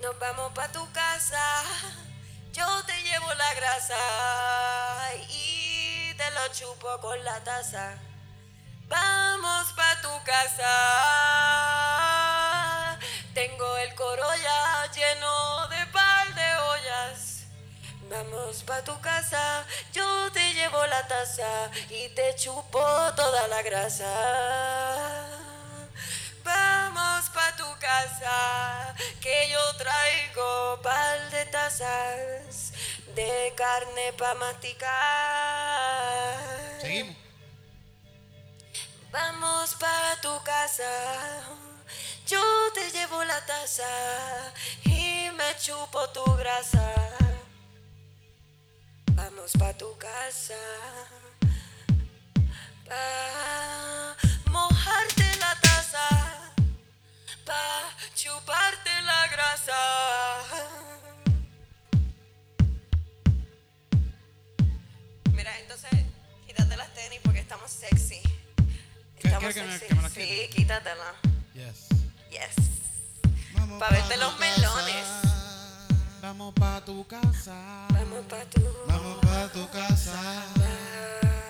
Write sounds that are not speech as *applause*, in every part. Nos vamos pa' tu casa, yo te llevo la grasa y te lo chupo con la taza. Vamos pa' tu casa, tengo el coro ya lleno de par de ollas. Vamos pa' tu casa, yo te llevo la taza y te chupo toda la grasa. Vamos pa' tu casa, que yo traigo par de tazas de carne pa' masticar. Seguimos. Vamos para tu casa, yo te llevo la taza y me chupo tu grasa. Vamos pa' tu casa, pa' mojarte la taza, pa' chuparte la grasa. Mira, entonces quítate las tenis porque estamos sexy. ¿Qué- Estamos qué- que me- sexy. que me las sí, quite? quítatela. Yes. Yes. Vamos Pa' pa' verte tu los casa. melones. Vamos pa' tu casa. Vamos pa' tu. Vamos pa' tu casa.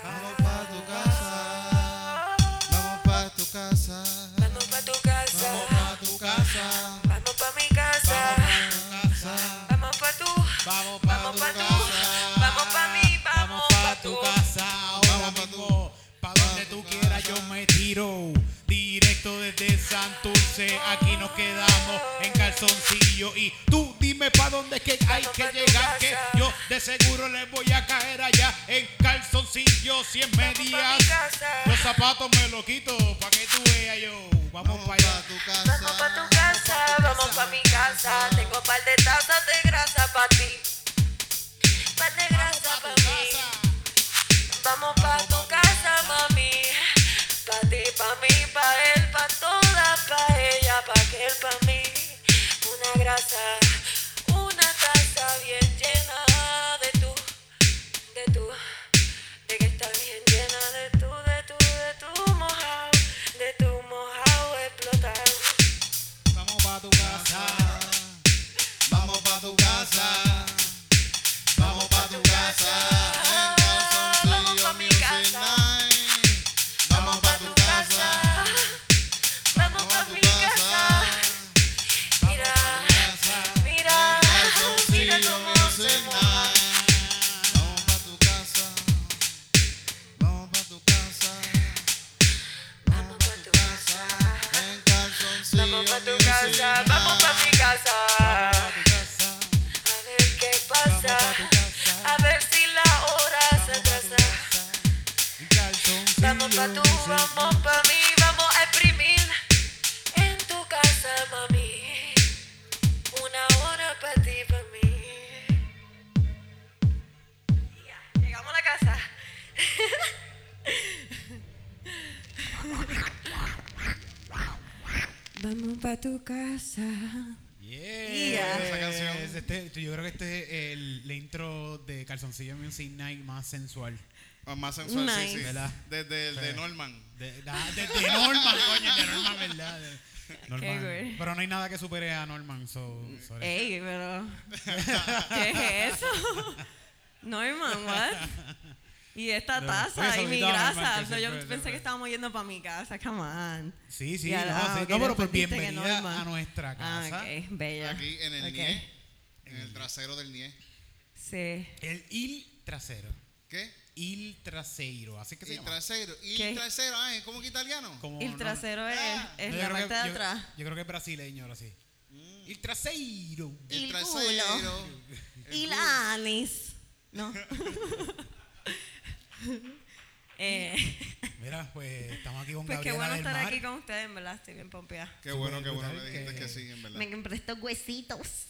Vamos pa' tu casa. Vamos pa' tu casa. Vamos pa' tu Vamos casa. pa' tu casa. Vamos pa' mi casa. Vamos Vamos pa' tu. pa' Vamos tu pa' tu. casa. Vamos pa' mí. Vamos pa' tu. casa ahora Vamos pa' tu- mismo. Pa' donde tú quieras yo me tiro. Directo desde Santurce, aquí nos quedamos en calzoncillo. Y tú dime pa' dónde es que hay Vamos que pa' tu llegar, que casa. yo de seguro les voy a caer allá en calzoncillo, cien Vamos pa' mi medias. casa. Los zapatos me los quito, pa' que tú veas yo. Vamos pa' allá. tu casa. Vamos pa' tu casa, vamos pa' mi casa. Tengo par de tazas de grasa pa' ti. Par de grasa Pa' pa' tu mí. casa. Vamos pa' tu casa, mami. Pa' ti, pa' mí, pa' él, pa' toda, pa' ella, pa' aquel, pa' mí. Una grasa, una taza bien llena de tú, de tú. De que está bien llena de tú, de tú, de tú mojado, de tú mojado explotado. Vamos pa' tu casa. Vamos pa' tu casa. Vamos pa' tu casa. En Vamos pa' calzoncillo mi music casa. night. Vamos pa' tu casa. Vamos Vamos pa' pa' tu mi casa. Mira, mira, mira cómo se moja. Vamos pa' tu casa. Vamos pa' tu casa. Vamos pa' tu casa. En calzoncillo Vamos pa' tu music casa. night. Vamos pa' mi casa. A ver qué pasa. A ver si la hora se atrasa. Vamos pa' tu, vamos pa' mí. Vamos a exprimir en tu casa, mami. Una hora pa' ti, pa' mí. Ya, Llegamos a la casa. Vamos pa' tu casa. Yeah. Esa canción. Este- yo creo que este es el, la intro de Calzoncillo Music Night más sensual. Ah, Más sensual, sí, sí. Nice. ¿Verdad? Desde el de Sí. Norman. De, de, ah, de- de Norman, *laughs* coño, de Norman, ¿verdad? De- Norman. güey. Pero no hay nada que supere a Norman, so, sorry. *laughs* Ey, pero. ¿Qué es eso? Norman, what? Y esta No, taza oye, y mi saludaba, Norman, grasa. que No, yo siempre- pensé que estábamos yendo para mi casa, come on. Sí, sí, Y a no, la- sí, ok, no, pero pues después dijiste que bienvenida Norman. a nuestra casa. Ah, ok, bella. Aquí en el Ok. NIE. En el trasero del NIE. Sí. El il trasero. ¿Qué? Il trasero, así que se Y llama. trasero. Y ¿Qué? trasero. Ah, ¿es como que italiano? Como Y el no- trasero es, Ah, es no, yo la creo que- parte de yo- atrás. Yo, creo que es brasileño ahora sí. Il trasero. Y el *laughs* trasero. Y la Alice. *laughs* No. *laughs* eh, Mira, pues estamos aquí con pues qué Gabriela bueno del estar Mar. aquí con ustedes, en verdad, estoy bien pompeada. Qué bueno, qué bueno que Brutal, dijiste que- que sí, en verdad. Me compré estos huesitos.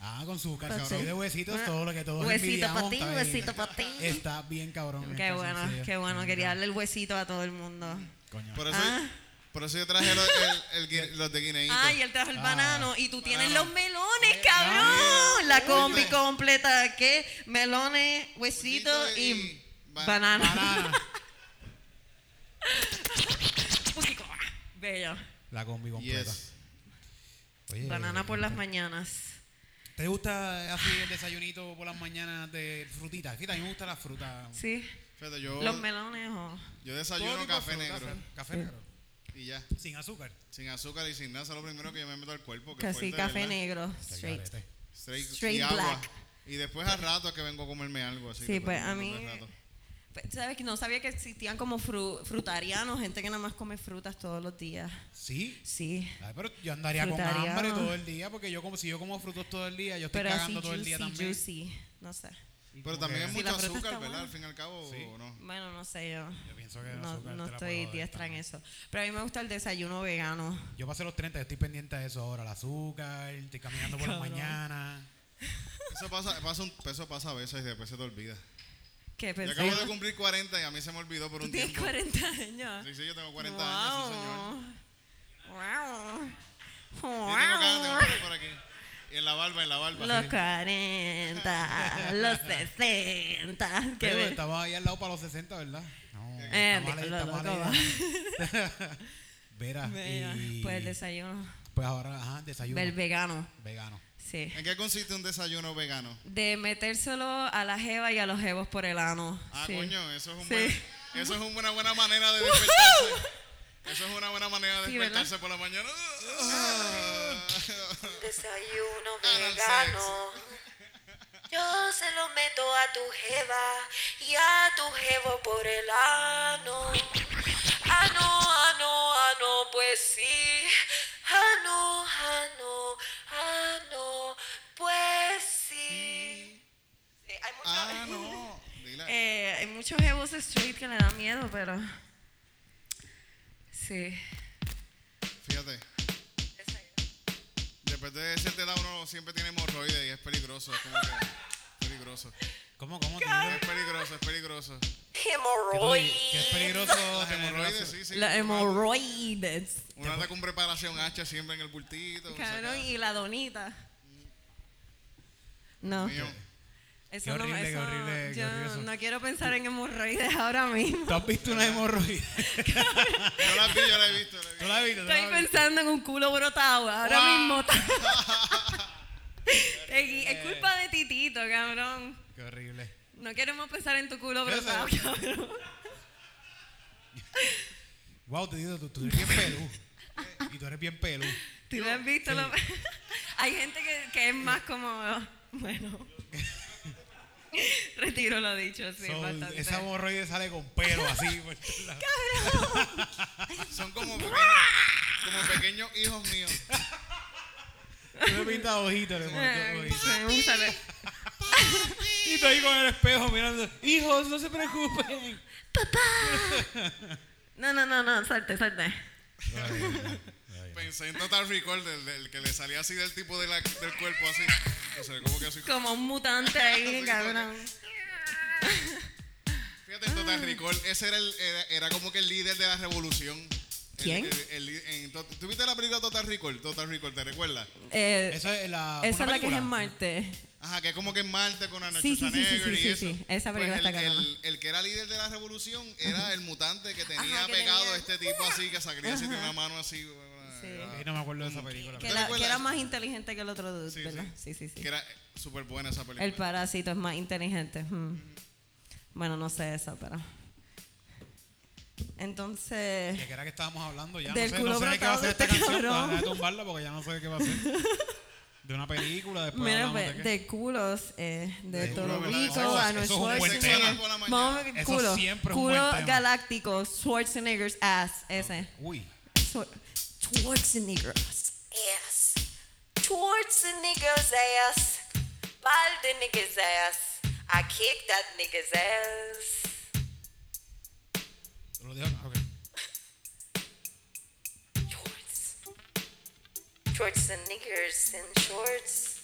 Ah, con su Pues, sí. calzón de huesitos, Bueno, todo lo que todos huesito pa' envidiamos, ti, está bien. huesito pa' ti. Está bien cabrón. este Qué el bueno, calzoncillo. qué bueno. Quería darle el huesito a todo el mundo. Coño. Por eso, Ah. por eso yo traje los, el- *laughs* el gui- los de guineíto. Ah, y él trajo el Ah, banano y tú tienes banano. los melones, cabrón. La combi Uy, completa. ¿Qué? Melones, huesito Huesito y y ba- banano. Banana. *laughs* Bello. La combi completa. Yes. Oye, Banana por las mañanas. ¿Te gusta así el desayunito por las mañanas de frutitas? Fíjate, a mí me gustan las frutas. Sí. fíjate, yo, Los melones o. yo Todo desayuno tipo de café frutas, negro Café negro. y ya. Sin azúcar. Sin azúcar y sin nada, eso es lo primero que yo me meto al cuerpo. Que Casi fuerte, café ¿verdad? negro. Straight. Carete. Straight, y Straight agua. black. Y después al rato es que vengo a comerme algo. Así Sí, que pues, vengo a mí- otro rato. Pe- ¿Sabes que no sabía que existían como fru- frutarianos? Gente que nada más come frutas todos los días. Sí. Sí. Ay, pero yo andaría con Frutaría. hambre todo el día porque yo como si yo como frutos todo el día, yo estoy Pero así cagando todo el juicy, día también. juicy. No sé. Pero también es Si mucho la fruta azúcar, está ¿verdad? buena. Al fin y al cabo, Sí. ¿o ¿no? Bueno, no sé yo. Yo pienso que el No, azúcar no te la puedo estoy joder diestra en también. eso. Pero a mí me gusta el desayuno vegano. Yo pasé los 30, estoy pendiente de eso ahora, el azúcar, estoy caminando por las Cabrón. mañanas. Eso pasa, pasa un, eso pasa a veces y después se te olvida. ¿Qué Yo pensé? acabo *laughs* de cumplir 40 y a mí se me olvidó por Pues Tú un tienes tiempo. 40 años. Sí, sí, yo tengo 40 años, sí, señor. Wow. Yo tengo cara, tengo Wow. cara por aquí. Y en la barba, en la barba. Los sí. 40, los 60. *laughs* Qué Pero bien. estaba ahí al lado para los 60, ¿verdad? No, Eh, está mal ahí, diablo, está mal loco, ahí. *laughs* Vera, Mira, y- Pues el desayuno. pues ahora, ajá, desayuno. Del vegano. vegano. Sí. ¿En qué consiste un desayuno vegano? De metérselo a la jeva y a los jevos por el ano. Ah, sí. coño, eso es, un Sí. buen- eso es un- una buena manera de despertarse. Eso es una buena manera de Sí, ¿verdad? Ah. despertarse por la mañana. Desayuno Anal vegano. Yo se lo meto a tu jeva y a tu jevo por el ano. Ah, Ano, ano, ano, pues sí. Ah, Ano, ano, ano, ah, pues sí. Eh, hay mucha- Ah, no. Dile. Eh, hay muchos jevos street que le dan miedo, pero. Sí. Fíjate. Después de cierta edad uno siempre tiene hemorroides y es peligroso. Es como que es peligroso. ¿Cómo, cómo? Es peligroso, es peligroso. Que *laughs* es Hemorroides. peligroso Las tener hemorroides, razón. sí, sí. Los Uno hemorroides. anda con preparación H siempre en el bultito. Cabrón, saca- y la donita. No. Mío. Eso Qué horrible, no, qué eso, horrible, qué yo horrible eso. no quiero pensar en hemorroides ahora *laughs* mismo. ¿Tú has visto una hemorroide? Yo la vi, yo la he visto. la he ¿Tú visto. la has visto? ¿Tú la Estoy has visto? pensando en un culo brotado ahora Wow. *laughs* mismo. Ey, es culpa de Titito, cabrón. Qué horrible. No queremos pensar en tu culo Eso. brotado, cabrón. Wow, te digo, tú, tú eres bien pelú. Y tú eres bien pelú. ¿Tú lo has visto? Lo- *laughs* Hay gente que, que es más como... Bueno. *laughs* Retiro lo dicho, sí, So, bastante. esa hemorroide sale con pelo así. *laughs* por todos lados. Son como pequeños, como pequeños hijos míos. Tú le pintas ojitos. le pones Ay, ojitos. me gusta ver. Y estoy ahí con el espejo mirando. Hijos, no se *laughs* preocupen. No, no, no, no, salte, salte. Pensé en Total Recall, del, del que le salía así del tipo de la- del cuerpo así. O sea, como que así. Como un mutante ahí, cabrón. Fíjate, en Ah. Total Recall, ese era, el, era, era como que el líder de la revolución. El- ¿Quién? el- el li- en Tot- ¿Tú viste la película Total Recall? Total Recall, ¿te recuerdas? Eh, Esa es la. esa una es la que es película. en Marte. Ajá, que es como que en Marte con Ana Sí, sí, sí, sí, Schwarzenegger sí, y sí, eso. sí. Esa película Pues el, está cabrona. el, el que era líder de la revolución era el mutante que tenía Ajá, que pegado tenía- a este tipo así, que sacaría así de una mano así. ¿verdad? Sí, Ah, no me acuerdo de esa película. Mm. Que ¿Te era, recuerdas que era eso? más inteligente que el otro dude, Sí, ¿verdad? Sí, sí, sí. Que era súper buena esa película. El parásito es más inteligente. hmm. Bueno, no sé eso, pero. Entonces. Que era que estábamos hablando ya. Del no sé, culo no sé de qué va a brotado ser esta de este canción. cabrón. Para de tumbarla porque ya no sé de qué va a ser. *laughs* De una película, después Mira, hablamos de, pues, qué. de culos, eh, de, De Toro culo, ¿verdad? Rico, Eso- Arnold eso es un buen Schwarzenegger. tema. Vamos a ver, Eso culo, siempre es un culo buen tema. galáctico, Schwarzenegger's ass, ese. Uy. Schwar- Schwarzenegger's ass. Schwarzenegger's ass. Ball the nigga's ass. I kick that nigga's ass. Lo dejo. ok. Shorts. Shorts and niggers and shorts.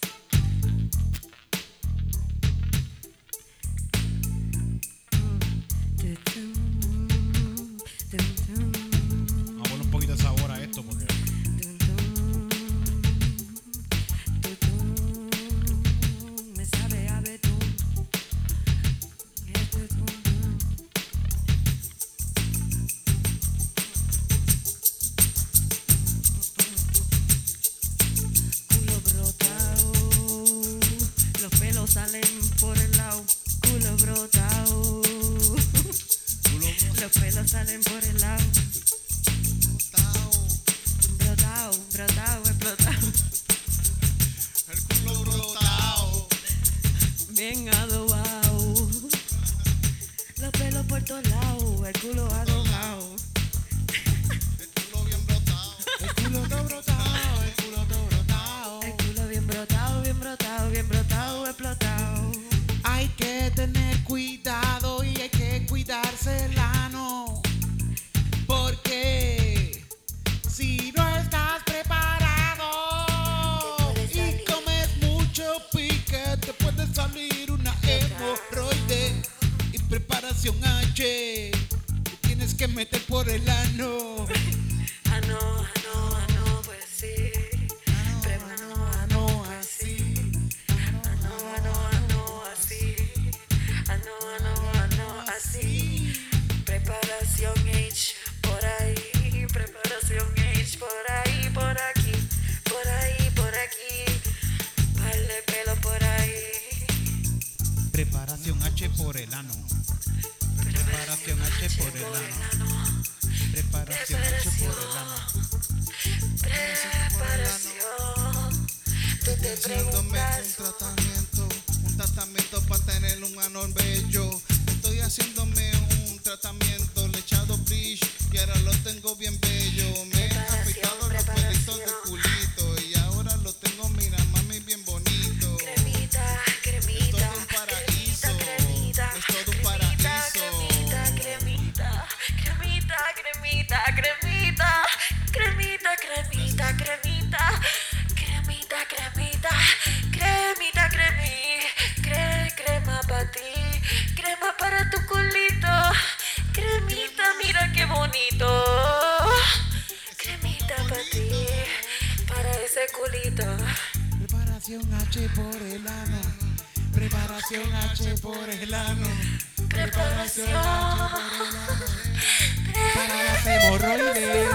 Vamos a poner un poquito de sabor a esto porque. Me sabe a betún. Este es un- culo salen por el lado, culo brotao. Los pelos salen por el lado, brotao, brotao, explotao. El culo brotao. Bien adobao. Los pelos por todos lados, el culo adobao. El culo bien brotao. El culo está brotao. El culo está brotao. El culo bien brotado, bien brotado, bien brotado, explotado. Hay que tener cuidado y hay que cuidarse el ano. Porque si no estás preparado Te puede y salir. comes mucho pique, te puede salir una hemorroide y preparación H. Te Tienes que meter por el ano. Ah, no, ah, no, ah, no, pues sí. Pero ah, no, ah, no, así. Ah, no, ah, no, ah, no, así. Ah, no, ah, no, ah, no, así. Preparación H por ahí. Preparación H por ahí, por aquí. Por ahí, por aquí. Par de pelo por ahí. Preparación H por el ano. Preparación H por el ano. Preparación H por el ano. Preparación. Tú te Haciéndome preguntas. un tratamiento, un tratamiento para tener un ano bello. Estoy haciéndome un tratamiento, le he echado bleach y ahora lo tengo bien bello. Me he Preparación, afeitado los preparación. pelitos del culito y ahora lo tengo, mira mami, bien bonito. Cremita, cremita, todo un paraíso. cremita, Es todo un cremita, paraíso. Cremita, cremita, cremita, cremita, cremita, cremita, cremita, cremita, cremita, cremita, cremita, cremi, cre, crema para ti, crema para tu culito, cremita, mira qué bonito, cremita para ti, para ese culito. Preparación H por el ano. Preparación H por el ano. Preparación. Para las hemorroides.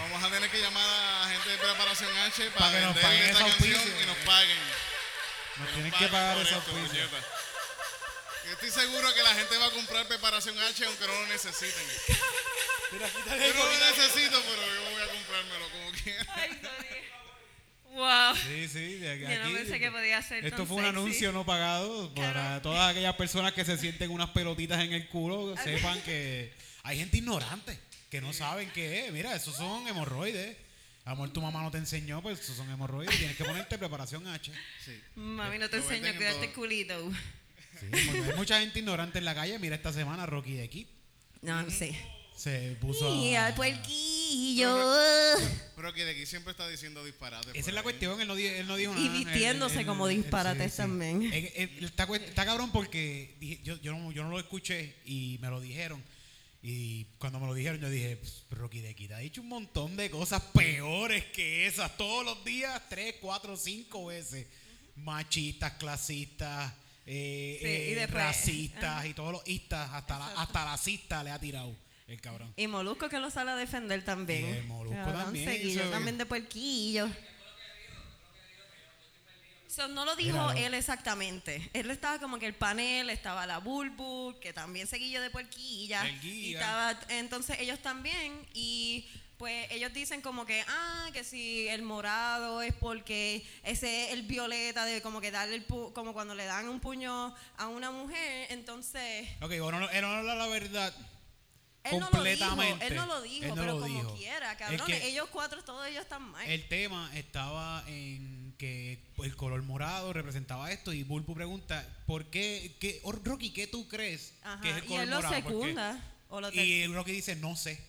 Vamos a tener que llamar a gente de preparación H para, Para que nos venderle paguen esta ese canción auspicio. y nos paguen. Nos Que tienen nos que paguen pagar por esa esto, auspicio. puñeta. Yo Estoy seguro que la gente va a comprar preparación H aunque no lo necesiten. Yo no lo necesito, pero yo voy a comprármelo como quiera. Wow. Sí, sí, de aquí. Yo no pensé que podía ser Esto tan fue un sexy. anuncio no pagado para Claro. todas aquellas personas que se sienten unas pelotitas en el culo, *laughs* sepan que hay gente ignorante que no saben qué es. Mira, esos son hemorroides. Amor, tu mamá no te enseñó, pues esos son hemorroides. Tienes que ponerte preparación H. *laughs* Sí. Mami, no te Lo enseño venden en a cuidarte el todo. culito. Sí, porque hay mucha gente ignorante en la calle. Mira, esta semana Rocky de aquí No, no sé. se puso. a- Y al puerquillo. Pero que de aquí siempre está diciendo disparates. Esa por es la ahí. cuestión, él no, di- él no dijo Y nada. él- vistiéndose él- como él- él- disparates también. Él- él- está, cuest- está cabrón porque dije- yo, yo no, yo no lo escuché y me lo dijeron. Y cuando me lo dijeron, yo dije, "Pues, Rocky de Quita ha dicho un montón de cosas peores que esas todos los días, tres, cuatro, cinco veces. Machistas, clasistas, eh, Sí, y eh, después- racistas y todos los istas, hasta la, hasta la cista le ha tirado el cabrón. Y Molusco que lo sale a defender también. Y el Molusco Cabrón, también, seguido, eso- también de puerquillo. So, no lo dijo Míralo. él exactamente. Él estaba como que el panel, estaba la Bulbul, que también seguillo de puerquilla. El guía. Y estaba, entonces ellos también. Y pues ellos dicen como que, ah, que si el morado es porque ese es el violeta de como que darle el pu- como cuando le dan un puño a una mujer. Entonces, Ok, bueno, no- él no habla la verdad. él completamente. No lo dijo, Él no él no lo dijo, pero lo como dijo. quiera, Es cabrón, que- ellos cuatro, todos ellos están mal. El tema estaba en que el color morado representaba esto y Bulbu pregunta, ¿por qué? qué o- Rocky, ¿qué tú crees Ajá, que es el y color él lo morado? ¿Por qué? secunda. O lo Y tercera. el Rocky dice, no sé.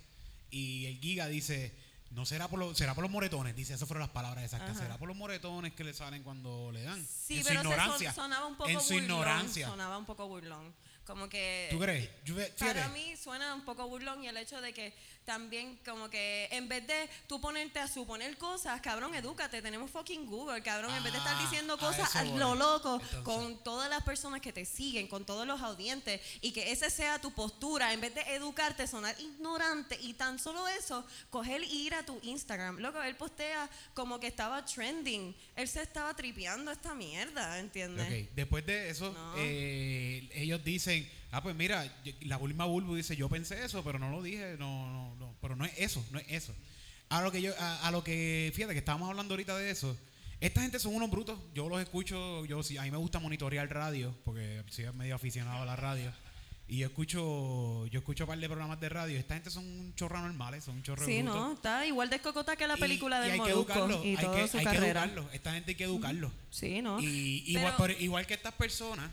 Y el Giga dice, no será por, los será por los moretones. Dice, esas fueron las palabras exactas. Ajá. Será por los moretones que le salen cuando le dan. Sí, en su pero se son- ignorancia. sonaba un poco en su burlón, ignorancia. Sonaba un poco burlón. Como que... ¿Tú crees? Yo, ve- Para fíjate. mí suena un poco burlón y el hecho de que también como que en vez de tú ponerte a suponer cosas, cabrón, edúcate, tenemos fucking Google, cabrón, en vez de estar Ah, diciendo a cosas eso a voy. lo loco Entonces. con todas las personas que te siguen, con todos los audientes y que esa sea tu postura, en vez de educarte, sonar ignorante y tan solo eso, coger y ir a tu Instagram. Loco, él postea como que estaba trending, él se estaba tripeando esta mierda, ¿entiendes? Ok, Después de eso, No. eh, ellos dicen, ah, pues mira, yo- la Bulma Bulbu dice, yo pensé eso, pero no lo dije, no, no, no, pero no es eso, no es eso. A lo que yo, a, a lo que, fíjate que estábamos hablando ahorita de eso, esta gente son unos brutos, yo los escucho, yo sí, a mí me gusta monitorear radio, porque soy medio aficionado a la radio. Y yo escucho, yo escucho un par de programas de radio. Esta gente son un chorro normales, son un chorro Sí, brutos. no, está igual de escocota que la Y- película y del hay que Molusco educarlo, y hay toda que- su hay que carrera. educarlo, esta gente hay que educarlo. Sí, ¿no? Y igual, Pero- por- igual que estas personas,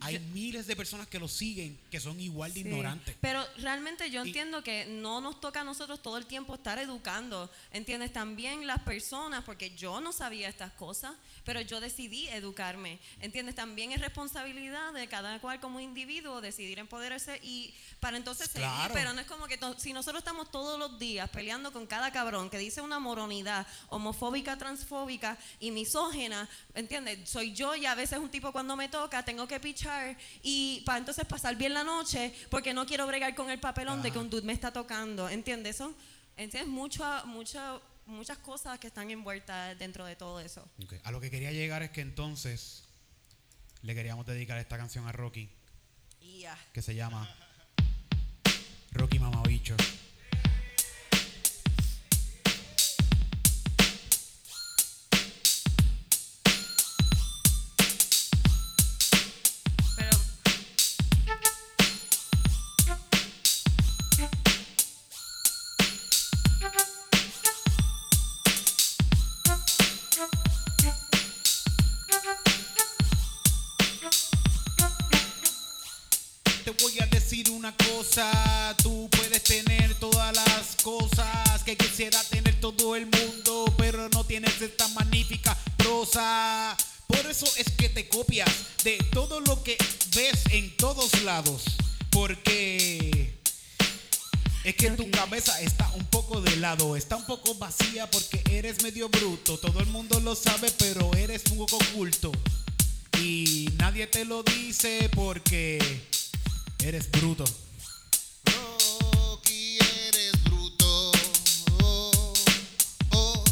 hay miles de personas que lo siguen que son igual de Sí. ignorantes. Pero realmente yo Y- entiendo que no nos toca a nosotros todo el tiempo estar educando, ¿entiendes? También las personas, porque yo no sabía estas cosas, pero yo decidí educarme, ¿entiendes? También es responsabilidad de cada cual como individuo decidir empoderarse y para entonces seguir, Claro. pero no es como que to- si nosotros estamos todos los días peleando con cada cabrón que dice una moronidad homofóbica, transfóbica y misógena, ¿entiendes? Soy yo y a veces un tipo cuando me toca tengo que pichar y para entonces pasar bien la noche porque no quiero bregar con el papelón de que un dude me está tocando, ¿entiendes? Son ¿entiendes? Mucha, mucha, muchas cosas que están envueltas dentro de todo eso. Ok, A lo que quería llegar es que entonces le queríamos dedicar esta canción a Rocky Y ya. que se llama Rocky Mamabicho. Pero Te voy a decir una cosa, tú puedes tener todas las cosas que quisiera tener todo el mundo, pero no tienes esta magnífica prosa. Por eso es que te copias de todo lo que ves en todos lados, porque es que tu cabeza está un poco de lado, está un poco vacía porque eres medio bruto, todo el mundo lo sabe, pero eres un poco oculto. Y nadie te lo dice porque Eres bruto. Rocky, eres bruto. Oh, oh.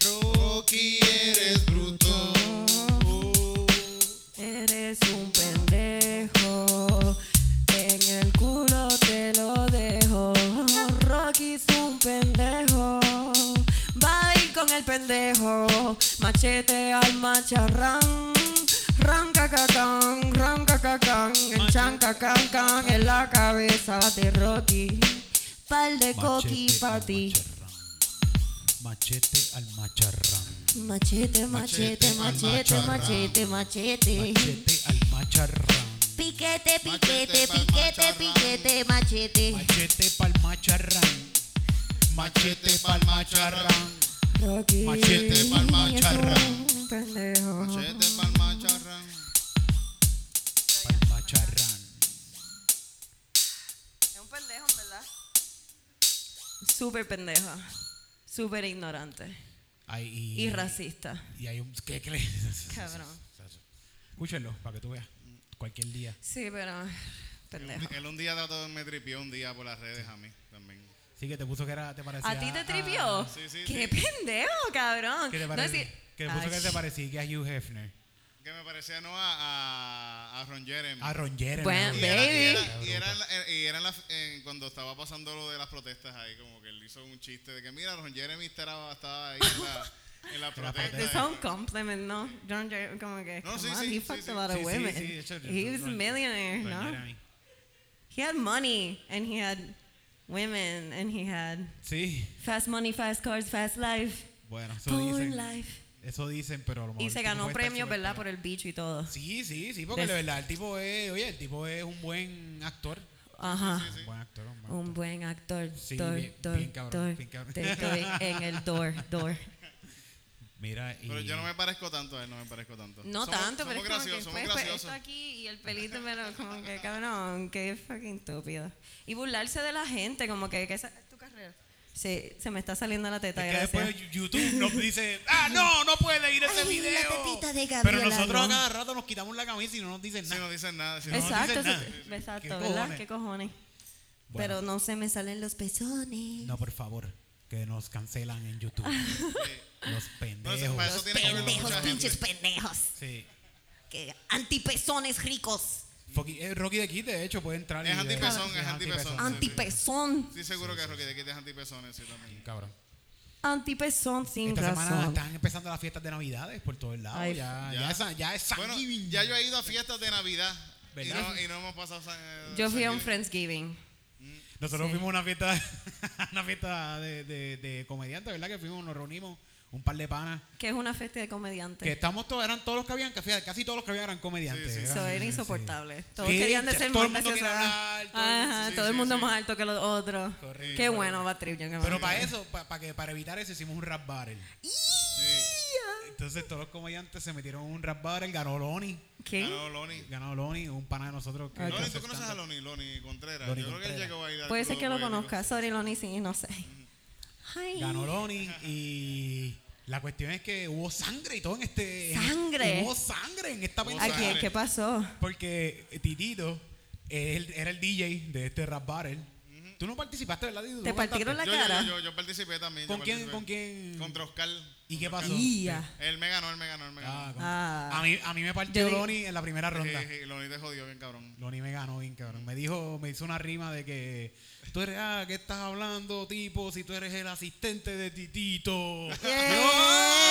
Rocky, eres bruto. Oh. Eres un pendejo, en el culo te lo dejo. Rocky es un pendejo, va a ir con el pendejo, machete al macharrán. Ran cacacán, ran cacacán, el chan cacán, can, en la cabeza de Rocky. Pal de coqui pa' ti. Machete al macharrán. Machete, machete, machete, machete, machete. Machete al macharrán. Piquete, piquete, piquete, piquete, machete. Machete pa'l macharrán. Machete pa'l macharrán. Rocky Machete pa'l macharrán. es un pendejo. Machete pa'l macharrán. Pa'l macharrán. Es un pendejo, en verdad. Súper pendejo. Súper ignorante. Ay, y, Y racista. Y hay un. ¿Qué qué le- Cabrón. Escúchenlo para que tú veas. Cualquier día. Sí, pero. Pendejo. Él un día dato me tripió un día por las redes a mí también. Sí, que te puso que era. Te parecía, ¿A ti te ah, tripió? sí, sí, ¡Qué pendejo, cabrón! que te No, parecía. sí- Que te puso Ay, que te parecía que a Hugh Hefner. Que me parecía no a, a, a Ron Jeremy. A Ron Jeremy. Bueno, Y ¿no? era- y Baby. era- Y era la- y era la- eh, cuando estaba pasando lo de las protestas ahí, como que él hizo un chiste de que mira, Ron Jeremy estaba, estaba ahí en la, en la protesta. This un compliment, ¿no? John Jer- como que. No, come sí, on, sí, he sí, fucked sí. a lot of Sí, sí, women. sí, de hecho, he was a Ron- millionaire, Ron ¿no? Jeremy. He had money, and he had women, and he had Sí. fast money, fast cars, fast life. Bueno, eso Poor dicen. life. Eso dicen, pero a lo mejor Y se tú ganó puedes estar premios, súper ¿verdad? claro. Por el bicho y todo. Sí, sí, sí, porque Des- la verdad, el tipo es, oye, el tipo es un buen actor. Ajá. Un buen actor, un buen Un actor. buen actor. Sí, Dor, bien- dor, bien cabrón, dor. bien cabrón. Te doy en el door, door. Mira, y Pero yo no me parezco tanto a él, no me parezco tanto. No Somos- tanto, somos pero es como graciosos, que somos pues, pues, graciosos. esto aquí y el pelito me lo como que cabrón, que fucking estúpido. Y burlarse de la gente, como que, que esa es tu carrera. Sí, se me está saliendo la teta, es que gracias. después YouTube nos dice, ah, no, no puede ir ese Ay, la video. tetita de Pero Gabriela, nosotros a no. cada rato nos quitamos la camisa y no nos dicen Si nada. no dicen nada, si no- Exacto. Exacto, nada. se- exacto, ¿Qué ¿verdad? cojones? ¿Qué cojones? Bueno, Pero no se me salen los pezones. no, por favor, que nos cancelan en YouTube. Ah. *laughs* Los pendejos. para eso Los tiene que haber pendejos, mucha gente. pinches pendejos. Sí. Que antipezones ricos. Fucking- eh, Rocky de Kid, de hecho, puede entrar. y- Es antipezón, es antipezón. antipezón. Antipezón. Sí, seguro que Rocky de Kid es antipezones, sí, también. Cabrón. Antipezón sin Esta semana razón. están empezando las fiestas de Navidades por todos lados. Ay, ya, ya. ya. es San- ya es San Bueno, Giving. ya yo he ido a fiestas de Navidad y ¿Verdad? no, y no hemos pasado. eh, San- Yo fui a un San- Friendsgiving. Nosotros fuimos a una fiesta, *laughs* una fiesta de, de, de comediantes, ¿verdad? Que fuimos, nos reunimos, un par de panas. que es una fiesta de Que comediantes. estamos todos, eran todos los que habían, que fíjate, casi todos los que habían eran comediantes. Sí, sí, Eran- Eso sí, era sí, insoportable. sí. Todos Sí, querían de ya ser todo más el mundo quiere graciosos. hablar, todo el mundo- Ajá, sí, Todo el sí, mundo sí. más alto que los otros. Correcto. Qué bueno, va trip. Pero para eso, pa- para que para evitar eso hicimos un rap battle. Sí. Entonces todos los comediantes se metieron en un rap battle, ganó Loni, Ah, ¿Qué? no, Loni. ganó Loni, un pana de nosotros. que- que Loni, hace ¿tú conoces a stand-up. Loni? Loni Contreras. Loni yo creo que él Contreras. llegó a ir al Puede ser club que lo poético. conozca. Sorry, Lonnie, sí, no sé. Ay. Ganó Loni y la cuestión es que hubo sangre y todo en este... ¿Sangre? Hubo sangre en esta Hubo ¿A pendeja. sangre. quién? ¿Qué pasó? Porque eh, Titito él era el DJ de este rap battle. Tú no participaste, ¿verdad? Titito? ¿Tú Te no cantaste? partieron la Yo, cara. yo, yo, yo participé también. ¿Con yo quién- participé. con quién? Contra Oscar. ¿Y qué Contra pasó? Oscar. Ya. Él me ganó, él me ganó, él me Ah, ganó. con- Ah. A, mí, a mí me partió Yo digo- Loni en la primera ronda. Sí, sí, Loni te jodió bien, *laughs* cabrón. Loni me ganó bien, cabrón. Me dijo, me hizo una rima de que tú eres, ah, ¿qué estás hablando, tipo? Si tú eres el asistente de Titito.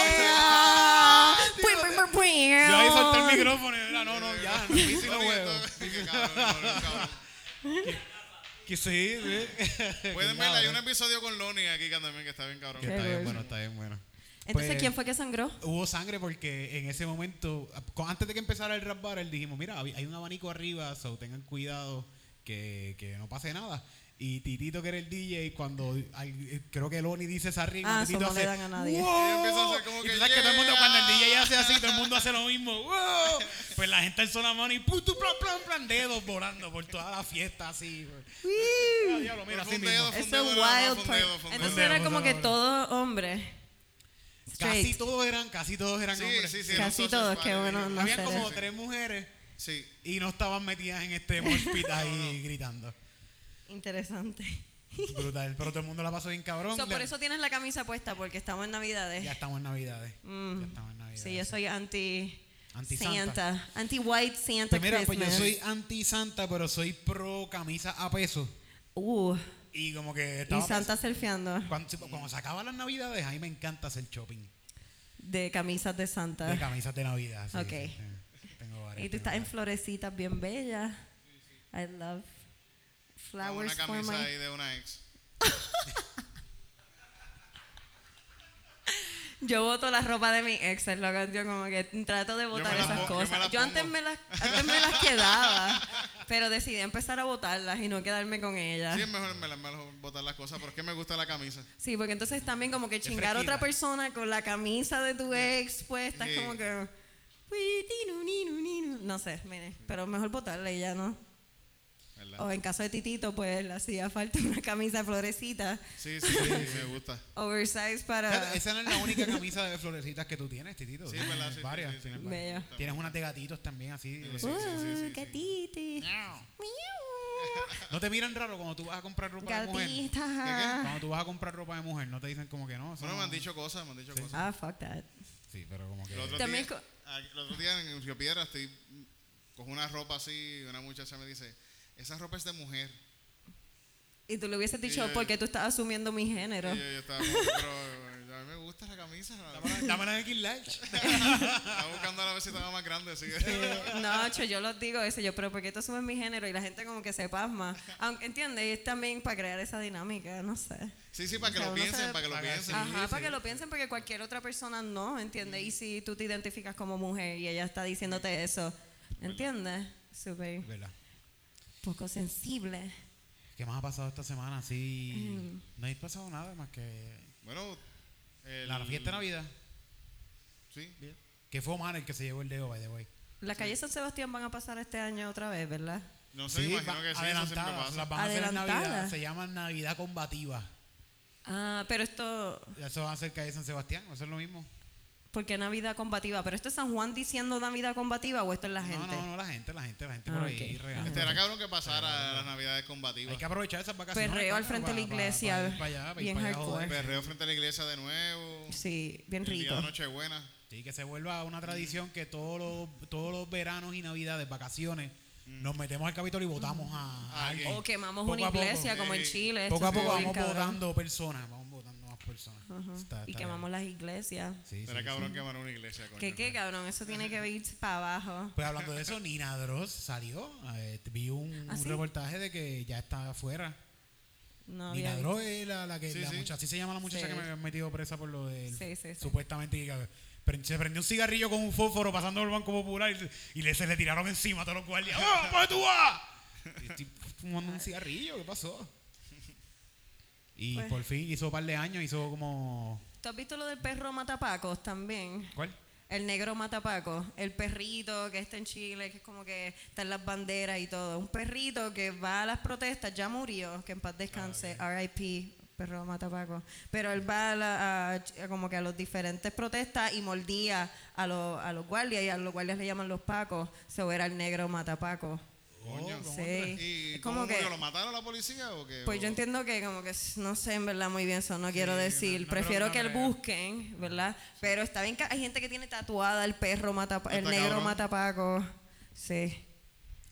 Yeah. Pui, pui, pui, pui. Yo ahí solté el micrófono y era, no, no, ya, no, sí, sí lo Loni, huevo. esto- *laughs* qué cabrón, Loni, *laughs* cabrón. Que sí, sí. Pueden verla, hay un episodio con Loni aquí que también que está bien cabrón. Que está bien bueno, está bien bueno. Entonces, Pues- ¿quién fue que sangró? Hubo sangre porque en ese momento, co- antes de que empezara el rap battle, dijimos, mira, hab- hay un abanico arriba, so tengan cuidado que, que no pase nada. Y Titito, que era el DJ, cuando al- eh, creo que Loni dice esa rima, Ah, Titito eso no le hace, dan a nadie. "Wow". Y empieza a hacer como Y que, tú sabes todo el mundo, "Yeah". cuando el DJ hace así, todo el mundo hace lo mismo. "Wow". Pues la gente alzó la mano y ¡pum! ¡tú, plan, plan, plan! Dedos volando por toda la fiesta, así. Ah, diablo, mira, Pero así fue un mismo. dedo, fue un Eso dedo, es nada más, wild fue un part. dedo, fue un Entonces dedo. era Fue un como que dedo. todo hombre. Casi Straight. todos eran, casi todos eran Sí, hombres. sí, sí. Casi nosotros todos, varios. qué bueno, no Habían sé, como sí. tres mujeres. Sí. y no estaban metidas en este mosh pit *laughs* ahí gritando. Interesante. Brutal, pero todo el mundo la pasó bien cabrón. So, Le- por eso tienes la camisa puesta, porque estamos en Navidades. Ya estamos en Navidades. Ya estamos en Navidades. Mm. Sí, yo soy anti, Anti-Santa. Santa, anti white Santa Pues mira, pues Christmas. yo soy anti-santa, pero soy pro camisa a peso. uh, Y como que y estaba Santa surfeando pens- Cuando, cuando se acaban las navidades, a mí me encanta hacer shopping de camisas de Santa. de camisas de navidad. sí, Ah. Ok. sí, sí. Tengo varias. y tú tengo estás en varias. florecitas bien bellas. I love Con flowers una for camisa my. ahí de una ex. Yo boto la ropa de mi ex, es lo que yo como que trato de botar me la esas pongo, yo me cosas. la Yo, antes pongo. me las antes me las quedaba, pero decidí empezar a botarlas y no quedarme con *laughs* ellas. Sí, es mejor, me la- me mejor botar las cosas, pero es que me gusta la camisa. Sí, porque entonces también como que chingar a fresquita. otra persona con la camisa de tu ex puesta es Sí. como que... "Uy, tinu, ninu, ninu". No sé, mire, pero mejor botarla y ya no. ¿verdad? O en caso de Titito, pues le hacía falta una camisa florecita, Sí, sí, sí, me gusta. oversize para... Fíjate, Esa no es la única camisa de florecitas que tú tienes, Titito. Sí, Tienes ¿verdad? Sí, sí, varias. sí, sí, tienes sí. varias. Bello. Tienes unas de gatitos también, así. de- sí, sí, sí, sí, Uh, sí. gatiti. *laughs* Miau. No te miran raro cuando tú vas a comprar ropa de mujer. Gatita. Cuando tú vas a comprar ropa de mujer, no te dicen como que no. eso Bueno, no- me han dicho cosas, me han dicho cosas. Ah, fuck that. Sí, pero como que. El otro, También día, co- ah, el otro día en Río Piedra estoy con una ropa así y una muchacha me dice, esa ropa es de mujer. Y tú le hubieses dicho, yo- porque tú estás asumiendo mi género? Y yo, yo estaba como, pero a mí me gusta la camisa. Dámela- Dámela de King Large. Estaba buscando a la vez si estaba más grande, así que... Eh, *laughs* No, cho, yo los digo eso, yo, pero porque tú asumes mi género y la gente como que se pasma. Aunque entiende, es también para crear esa dinámica, no sé. Sí, sí, para que O sea, lo uno se- piensen, para que lo Para que piensen. Ajá, sí. para que lo piensen, porque cualquier otra persona no, ¿entiendes? Y si tú te identificas como mujer y ella está diciéndote eso, ¿entiendes? Súper ¿Verdad? poco sensible. ¿Qué más ha pasado esta semana? Sí. No ha pasado nada más que. Bueno, el- La fiesta de Navidad. Sí. Que fue Omar el que se llevó el dedo, by the way. Las calles San Sebastián van a pasar este año otra vez, ¿verdad? No sé, va- imagino que sí, eso siempre adelantadas, pasa. las van a hacer en Adelantadas. Navidad, se llaman Navidad combativa. Ah, pero esto, Eso va a ser calle San Sebastián, eso es lo mismo. porque Navidad combativa, pero esto es San Juan diciendo Navidad combativa o esto es la gente. No, no, no, la gente, la gente, la gente Ah, por ok. ahí regala. Este era cabrón que pasara las navidades combativas. Hay que aprovechar esas vacaciones. Perreo al cabrón, frente de la para- para- iglesia, para ir para allá, para ir bien para allá a joder. hardcore. Perreo frente a la iglesia de nuevo. Sí, bien El día rico. de Nochebuena. Sí, que se vuelva una tradición que todos los, todos los veranos y navidades, vacaciones, nos metemos al Capitolio y votamos a, a Ah, alguien. O quemamos Poco una a poco. iglesia como en Sí. Chile. Poco a esto poco estuvo bien vamos cabrón. votando personas, vamos votando más personas. Ajá. Está- Y está quemamos bien. las iglesias. Sí, Era sí, cabrón sí. que quemar una iglesia, coño. ¿Qué, qué, cabrón? Eso tiene que ir para abajo. Pues hablando de eso, Nina Dross salió. eh, vi un, *laughs* ¿Ah, un sí? reportaje de que ya está afuera. No había Nina visto. Droz es la, la que Sí, la sí. muchacha, así se llama la muchacha Sí. que me habían metido presa por lo de Sí, sí, sí. supuestamente que- pre- se prendió un cigarrillo con un fósforo pasando por el Banco Popular y, y le, se le tiraron encima a todos los guardias. ¡Oh, pues tú vas! Y Estoy fumando un cigarrillo, ¿qué pasó? Y Pues- por fin hizo un par de años, hizo como ¿Tú has visto lo del perro matapacos también? ¿cuál? El negro matapaco, el perrito que está en Chile, que es como que está en las banderas y todo. Un perrito que va a las protestas, ya murió, que en paz descanse, RIP, perro matapaco. Pero él va a, la- a ch- a como que a los diferentes protestas y mordía a, los- a los guardias y a los guardias le llaman los pacos. Se era el negro matapaco. Coño. Sí. ¿Y Es cómo como que- murió? ¿Lo mataron a la policía o qué? Pues yo O- entiendo que como que s- no sé en verdad muy bien eso, no quiero decir, no, no prefiero que creo que el no busquen, ¿verdad? Pero está bien que hay gente que tiene tatuada el perro mata el Está negro cabrón. matapaco. Sí.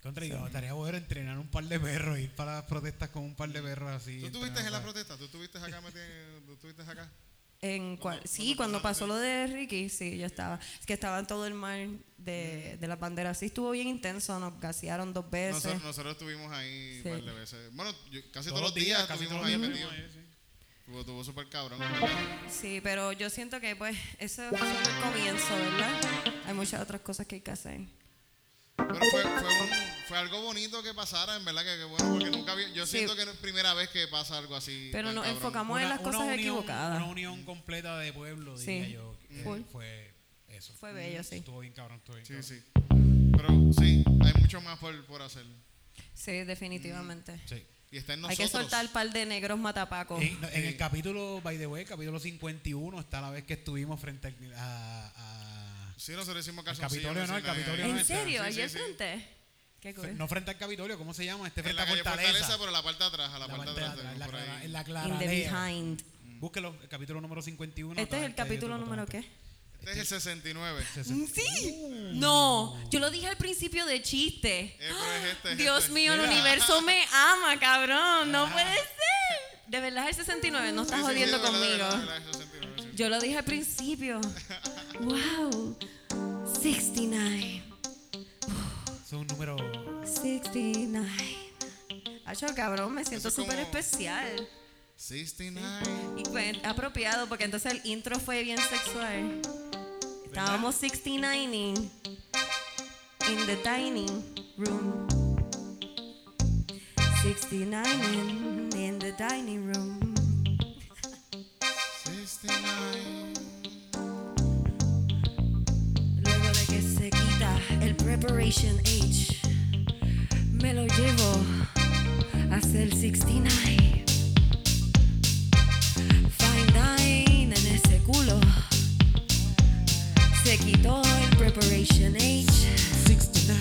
Contra, digo, estaría bueno entrenar un par de perros, ir para las protestas con un par de perros así. ¿Tú estuviste entrenar en la para- protesta? ¿Tú estuviste acá? metido- ¿Tú estuviste acá? En cual- Cuando- sí, cuando cuando pasó pasaron, lo de Ricky, sí, yo estaba. Es que estaba en todo el mar de, de las banderas. Sí, estuvo bien intenso, nos gasearon dos veces. Nosotros, nosotros estuvimos ahí Sí. un par de veces. Bueno, yo- casi todos, los días, casi todos estuvimos ahí los días metidos. estuvimos ahí, sí. Tuvo, tuvo súper cabrón. ¿verdad? Sí, pero yo siento que pues eso fue solo el comienzo, ¿verdad? Hay muchas otras cosas que hay que hacer. Pero fue, fue, un- fue algo bonito que pasara, en verdad que, que bueno, porque nunca había. Yo Sí. siento que no es primera vez que pasa algo así. Pero tan nos cabrón. enfocamos en las cosas unión, equivocadas. Una unión completa de pueblo, Sí. diría yo. eh, Full. fue eso. Mm, Fue bello, sí. Estuvo bien cabrón, estuvo bien Sí, cabrón. sí. Pero sí, hay mucho más por, por hacer. Sí, definitivamente. Sí. Y está en Hay nosotros. que soltar el par de negros matapacos. En, no, Eh, en el capítulo, by the way, capítulo 51, está la vez que estuvimos frente al- a... a- Sí, nosotros El hicimos calzoncillo. Capitolio no, el recién, eh, Capitolio no ¿En es- serio? Sí, ¿Allí sí, al sí. frente? Qué cool. no frente al Capitolio, ¿cómo se llama? Este En frente la a calle Fortaleza. Fortaleza, pero la parte de atrás, a la, La parte parte de de atrás. atrás, en la por ahí. clara- en la In the claralea. behind. Búsquelo, el capítulo número 51. Este es el está ahí, capítulo está número qué? bastante. Este es el 69. Mm, Sí. No, yo lo dije al principio de chiste. Uh. Eh, pero es este, es Dios este. mío, el Mira. universo me ama, cabrón. No puede ser. De verdad es el 69, no Sí, estás sí, jodiendo sí, de verdad, de conmigo. verdad, de verdad, el 69, sí. Yo lo dije *laughs* al principio. Wow. 69. Es un número... 69. Hacho, cabrón, me siento Eso es como- súper especial. 69. Y fue apropiado porque entonces el intro fue bien sexual. Estábamos 69ing in the dining room. 69ing in the dining room. 69. Luego de que se quita el preparation age, me lo llevo hasta el 69. Fine dine en ese culo. Se quitó el preparation age. 69,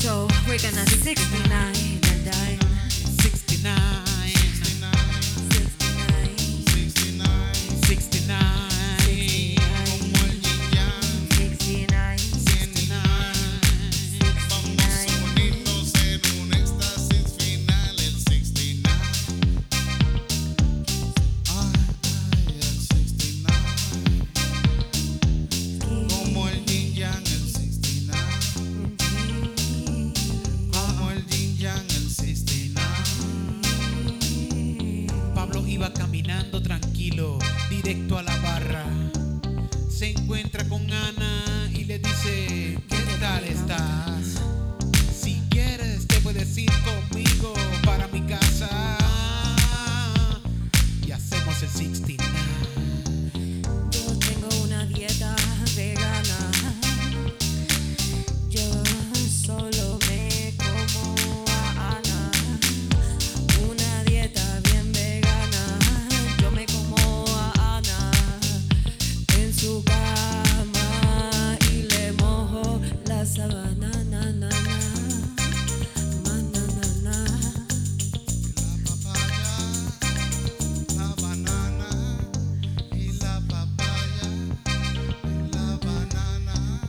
So we're gonna 69 and dine. 69, 69, 69. 69. 69, Mm. 69. Vamos a unirnos en un éxtasis final, el 69. Ay, ay, el 69. Como el yin yang, el 69. Como el yin yang, el 69. Pablo iba caminando tranquilo, directo a la barra. Se encuentra con Ana y le dice, ¿qué tal estás? Si quieres te puedes ir conmigo para mi casa. Y hacemos el 69. Yo tengo una dieta de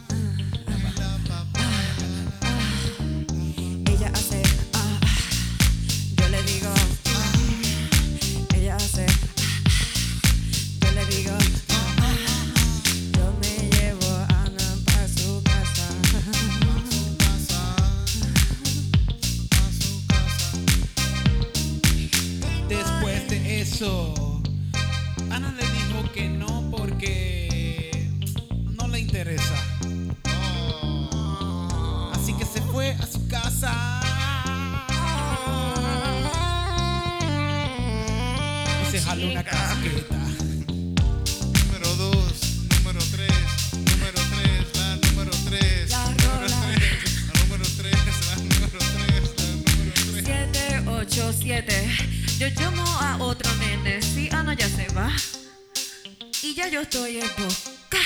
ah, "Ah, hizo. Ana le dijo que no porque no le interesa. Así que se fue a su casa. Y se jaló una casqueta. Número 2, número 3, número 3, la número 3. La rola. La número 3, la número 3, la número 3. 787. Yo llamo a otro nene. Si Ana ya se va. Y ya yo estoy en boca.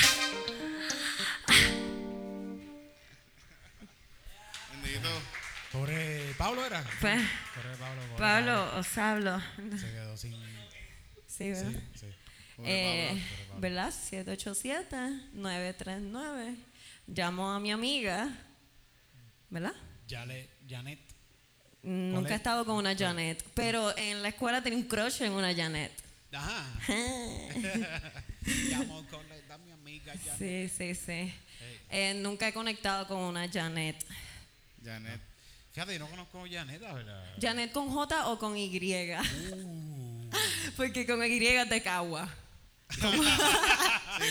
Bendito. Pobre Pablo era. Pues, Pobre Pablo. pobre Pablo, os hablo. Se quedó sin. Sí, ¿verdad? sí, sí. Eh, ¿Verdad? 787-939. Llamo a mi amiga, ¿verdad? Yale- Janet. Nunca he es? estado con una Janet, pero en la escuela tenía un crush en una Janet. *laughs* Ajá. *laughs* Llamó con la edad mi amiga Janet. Sí, sí, sí. Eh, nunca he conectado con una Janet. Janet. Fíjate, yo no conozco a Janet, la verdad. ¿Janet con J o con Y? Uh, Porque con Y te cagua. Sí,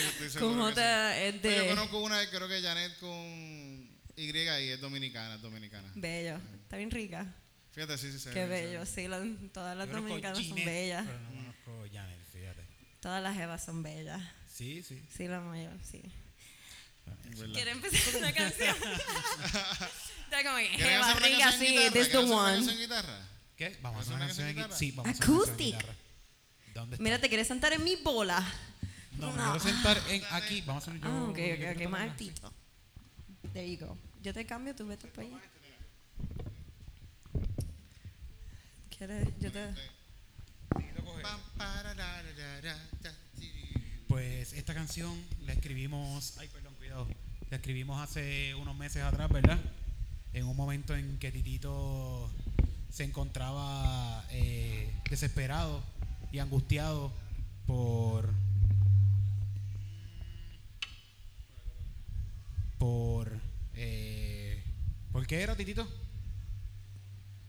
estoy seguro que Con sí. Pues J es Yo de... conozco una, creo que Janet con Y y es dominicana, es dominicana. Bello. Está bien rica. Fíjate, sí, sí, se Qué ve, se bello. ve. Sí, la- todas las yo conozco dominicanas son Ginette, bellas. Pero no conozco a Janet, fíjate. Todas las evas son bellas. Sí, sí. Sí, la mayor, sí. Es verdad. ¿Quiere empezar *laughs* una canción? Está como que, ¿Quieren hacer jeva una rica, canción en sí, guitarra? this the ¿Quieren hacer una one. canción en guitarra? ¿Qué? Vamos a hacer una ¿Vas a canción hacer aquí. una canción Sí, vamos a hacer una canción Acoustic. de guitarra. ¿Dónde está? Mira, te quieres sentar en mi bola. No, me quiero sentar en, aquí. Vamos a hacer yo. Ah, ok, yo ok, quiero ok, tocar más una. altito. There you go. Yo te cambio, tú vete para allá. ¿Quieres? Yo te... Pam, pararararata, tiri. Pues esta canción la escribimos, ay perdón, cuidado, la escribimos hace unos meses atrás, ¿verdad? En un momento en que Titito se encontraba eh, desesperado y angustiado por por eh, ¿por qué era Titito?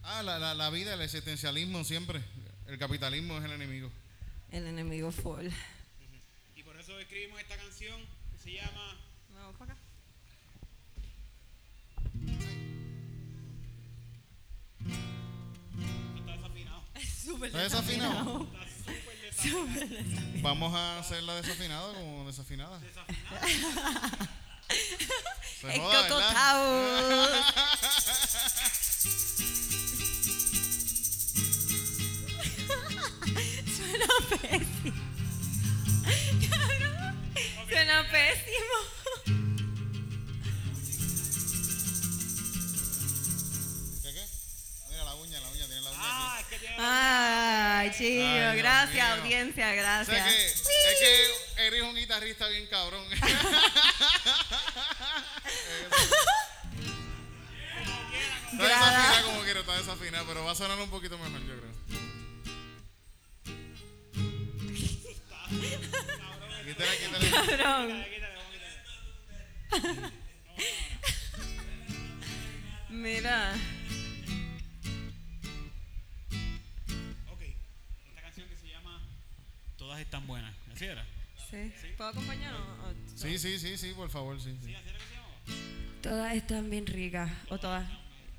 Ah, la, la, la vida, el existencialismo siempre. El capitalismo es el enemigo. El enemigo full. Y por eso escribimos esta canción que se llama Vamos para acá. Súper ¿Está desafinado? Súper desafinado. Vamos a hacerla desafinado como desafinada. Se Es joda, Coco ¿verdad? House. *laughs* Suena pésimo. Cabrón, Suena pésimo. ¿Qué, qué? Mira la uña, la uña, tiene la uña. aquí. Ay, chido. Ay, Dios gracias, mío. audiencia, O sea que, gracias. es que eres un guitarrista bien cabrón. Está desafinada Grada. como quiero, está desafinada, pero va a sonar un poquito mejor, yo creo. Quítale, quítale. Cabrón. Mira. Ok, esta canción que se llama Todas están buenas, ¿así era? Sí. ¿Puedo acompañarlo? o- Sí, sí, sí, sí, por favor, sí. sí. Todas están bien ricas. O todas.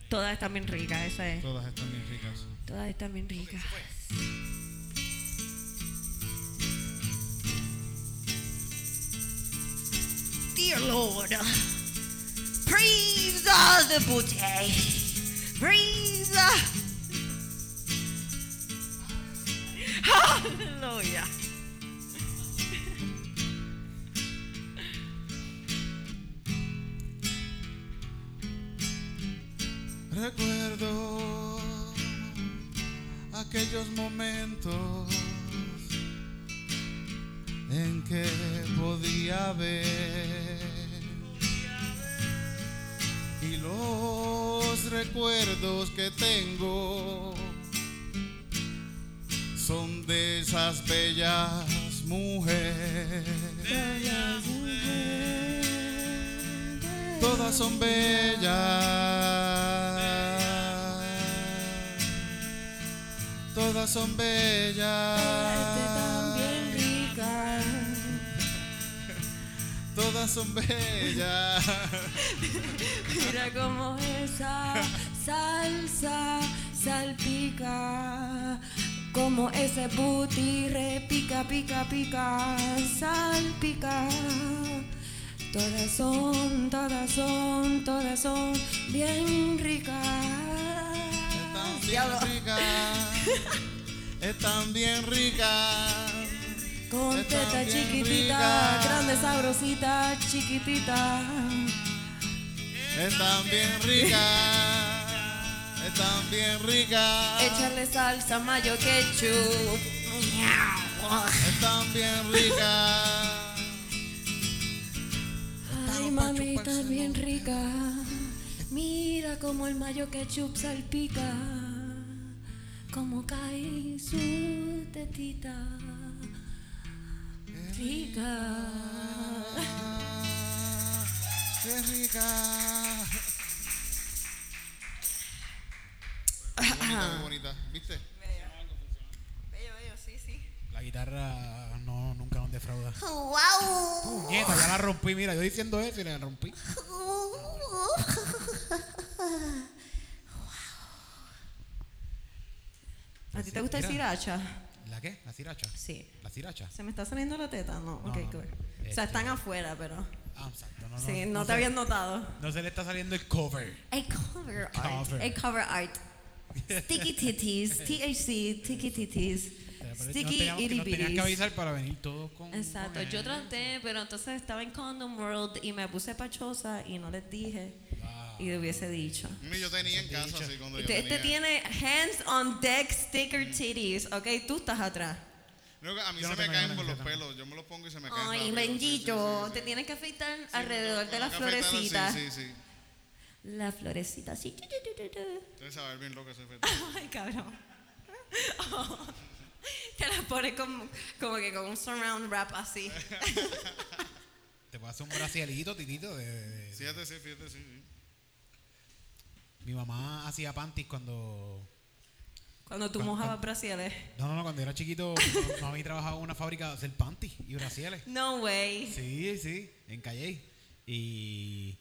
Todas están bien ricas, esa es. Todas están bien ricas. Todas están bien ricas. Dear Lord, praise uh, the booty. Praise. Uh, hallelujah. Recuerdo aquellos momentos en que podía ver y los recuerdos que tengo son de esas bellas mujeres. Todas son bellas. Todas todas son bellas. también rica. Todas son bellas. Mira cómo esa salsa salpica. Como ese booty repica, pica, pica, salpica. Todas son, todas son, todas son bien Están ricas. bien ricas. Están bien ricas. Con Están teta bien chiquitita, ricas. grande, sabrosita, chiquitita. Están bien ricas. Están bien ricas. Échale salsa, mayo, ketchup. Están bien ricas. Ay, mami, está bien rica. Mira como el mayo ketchup salpica. Como cae su tetita. Rica. Ah, Qué rica. Qué bonita, qué bonita. ¿Viste? Ah. Bello, bello, sí, sí. La guitarra no, nunca nos defrauda. ¡Wow! Puñeta, ya la rompí, mira, yo diciendo eso y la rompí. ¿A ti te gusta el Mira. sriracha? ¿La qué? ¿La siracha? Sí. ¿La siracha? ¿Se me está saliendo la teta? No, ok, no. cool. O Este- sea, están afuera, pero... Ah, exacto. No, no, Sí, Este, no se- te habías notado. No se le está saliendo el cover. A cover art. Cover. A cover art. Sticky titties, *laughs* THC, sticky titties, sticky no itty tenías que bitties. avisar para venir todo con. Exacto, yo traté, pero entonces estaba en Condom World y me puse pachosa y no les dije Ah, y le hubiese dicho. Mira, Yo tenía en casa así cuando yo Este, este tenía. tiene hands on deck sticker titties, ok, tú estás atrás. No, a mí Yo no se me tengo, yo caen no por los tengo. pelos. Yo me los pongo y se me caen. Ay, rápido, sí, bendito, sí, sí, te sí. tienes que afeitar Sí, alrededor de tengo la que afeitarlo, sí, florecita. Sí, sí, La florecita así. tu, tu, tu, tu, tu. Entonces, a ver, bien loca soy Ay, cabrón. *laughs* Te la pones como, como que con un surround wrap así. Te puedo hacer un bracielito, titito. De, de- Fíjate, sí, fíjate, sí. sí. Mi mamá hacía panties cuando. Cuando tú mojabas brasiles. No, no, no, cuando era chiquito, *laughs* mi mami trabajaba en una fábrica de hacer panties y bracieles. No way. Sí, sí, en Calle. Y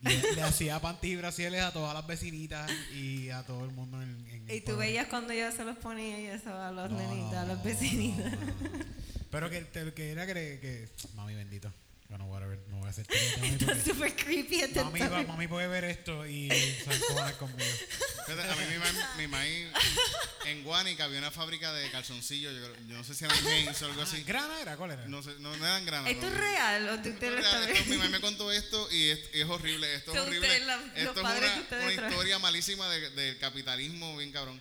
le, le hacía panties y bracieles a todas las vecinitas y a todo el mundo en, en el Y tú pueblo. veías cuando yo se los ponía y eso a los No, nenitas, a no, los no, *laughs* vecinitas. no, no, no. Pero que, te- que era que, que- Mami bendito. Bueno, whatever. No voy a hacer tío, mami, Está porque súper creepy este mami, va- topic. mami puede ver esto y se encojonar conmigo. Fíjate, a mí mi ma- mi maíz en Guánica había una fábrica de calzoncillos. Yo, yo no sé si eran jeans o algo así. ¿Grana era? ¿Cuál era? No, sé, no, no eran granas. ¿Esto no. es real o tú Esto te es lo real, estás esto- mi viendo? mamá me contó esto y es, es horrible. Esto es Son horrible. ustedes la- los esto es padres que una, ustedes una traen. historia malísima de- del capitalismo, bien cabrón.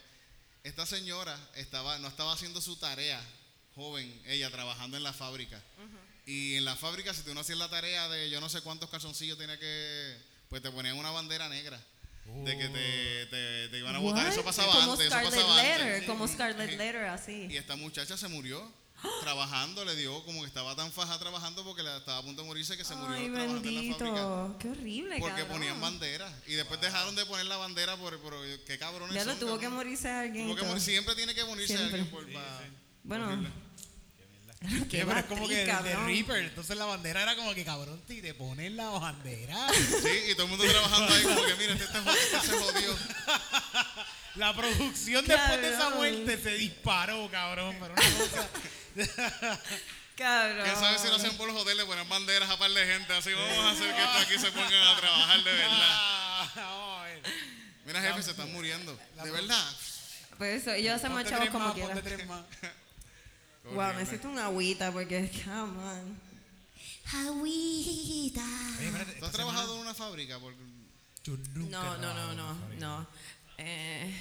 Esta señora estaba, no estaba haciendo su tarea, joven, ella trabajando en la fábrica. Y en la fábrica, si tú no hacías la tarea de yo no sé cuántos calzoncillos tenía que. Pues te ponían una bandera negra. De que te, te- te iban a votar. Eso What? pasaba como antes. Scarlet eso pasaba Letter, antes. como Sí. Scarlet Sí. Letter, Y así. esta muchacha se murió trabajando, le dio como que estaba tan faja trabajando porque la estaba a punto de morirse que se murió Ay, trabajando en la fábrica. bendito. Qué horrible, Porque cabrón. ponían banderas y después dejaron de poner la bandera por, por qué cabrones Ya lo son, tuvo cabrón. que morirse alguien. Tuvo que y todo. morir- siempre tiene que morirse Siempre. alguien por pa- Bueno. Sí, Qué pero es como que matriz, de- de, cabrón. Reaper. Entonces la bandera era como que cabrón, ti, te pones la bandera. Sí, y todo el mundo trabajando ahí como que mira, este, está jod- este se jodió. la producción después de esa Cabrón. muerte se disparó, cabrón. Pero una cosa. Cabrón. Quién sabe si lo hacen por los hoteles, ponen banderas a par de gente, así vamos a hacer que esto aquí se pongan a trabajar de verdad. *laughs* Ah, vamos a ver. Mira, jefe, se están muriendo. De verdad. Pues eso, ellos hacen Ponte más tres chavos como más, quieran. ponte tres más. Wow, necesito una agüita porque, *laughs* come on. Agüita. Oye, espérate, ¿Tú esta semana has trabajado en una fábrica? Porque- yo nunca No, he trabajado no, no, en una no, fábrica. no. Eh,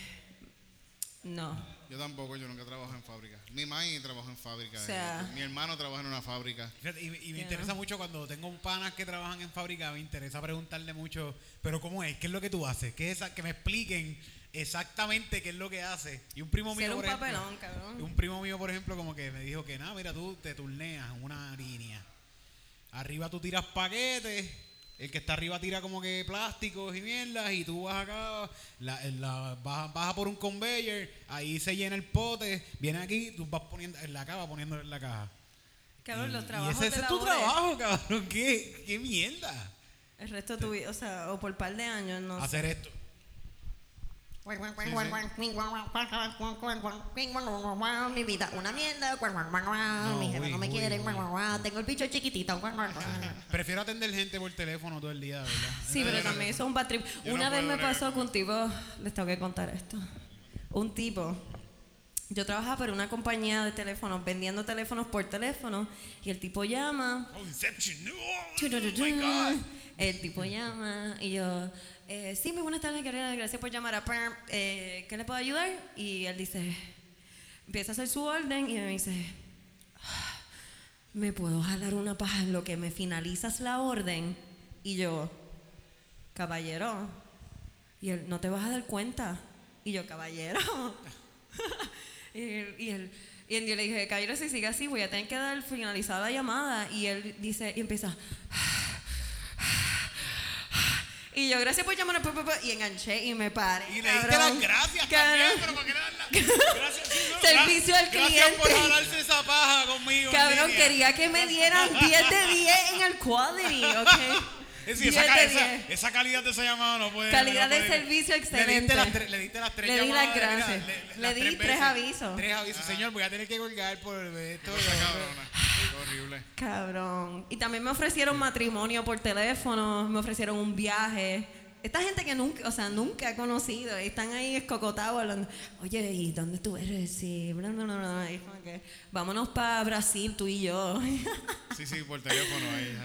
no. Yo tampoco, yo nunca trabajo en fábrica. Mi mami trabaja en fábrica. O sea- eh, mi hermano trabaja en una fábrica. Fíjate, Y, y me interesa mucho cuando tengo panas que trabajan en fábrica, me interesa preguntarle mucho, pero ¿cómo es? ¿Qué es lo que tú haces? ¿Qué es esa- que me expliquen exactamente qué es lo que haces. Y un primo Ser mío, un por papelón, ejemplo, cabrón. un primo mío, por ejemplo, como que me dijo que nada, mira, tú te turneas en una línea. Arriba tú tiras paquetes El que está arriba tira como que plásticos y mierdas y tú vas acá, la, la- baja, baja por un conveyor, ahí se llena el pote, viene aquí, tú vas poniendo en la caja, poniéndolo en la caja. Cabrón, Y- los y trabajos ese, de ese la es tu URE, trabajo, cabrón. ¿Qué, qué mierda? El resto de tu vida, o sea, o por par de años, no sé. Hacer esto. Mi vida, una mierda. Mi jefe no me uy, quiere. uy. Tengo el bicho chiquitito. Prefiero atender gente por teléfono todo el día, ¿verdad? Sí, pero también eso es un bad trip. yo Una no vez puedo me bregar pasó que un tipo, les tengo que contar esto. Un tipo, yo trabajaba para una compañía de teléfonos, vendiendo teléfonos por teléfono, y el tipo llama. Oh, El tipo llama y yo, eh, sí, muy buenas tardes, querida, gracias por llamar a Perm. Eh, ¿Qué le puedo ayudar? Y él dice, empieza a hacer su orden y me dice, me puedo jalar una paja en lo que me finalizas la orden. Y yo, caballero. Y él, no te vas a dar cuenta. Y yo, caballero. *laughs* y él, y él- y él- yo le dije, caballero, si sigue así, voy a tener que dar finalizada la llamada. Y él dice, y empieza. Y yo, gracias por llamar. pu, pu, pu", Y enganché y me paré. Y le diste cabrón. las gracias Cabrón. también, pero ¿para qué le das las gracias? Sí, no, *laughs* Servicio gra- al Gracias por cliente. jalarse esa paja conmigo. en Cabrón, línea. quería que me dieran 10 de 10 en el quality, *laughs* ¿ok? Es decir, 10 esa, ca- de esa- 10. esa calidad de esa llamada no puede. Calidad no de puede- servicio Le excelente. diste las, tres- le diste las tres Le di las llamadas, mira, gracias. Le di tres veces. avisos. Tres avisos, señor. Voy a tener que colgar por esto. Cosa cabrona. Qué horrible. Cabrón. Y también me ofrecieron matrimonio por teléfono, me ofrecieron un viaje. Esta gente que nunca, o sea, nunca he conocido, y están ahí escocotados hablando, oye, ¿y dónde tú eres? Sí, bla, bla, bla, bla. Y es como que, vámonos para Brasil, tú y yo. *laughs* Sí, sí, por teléfono ahí.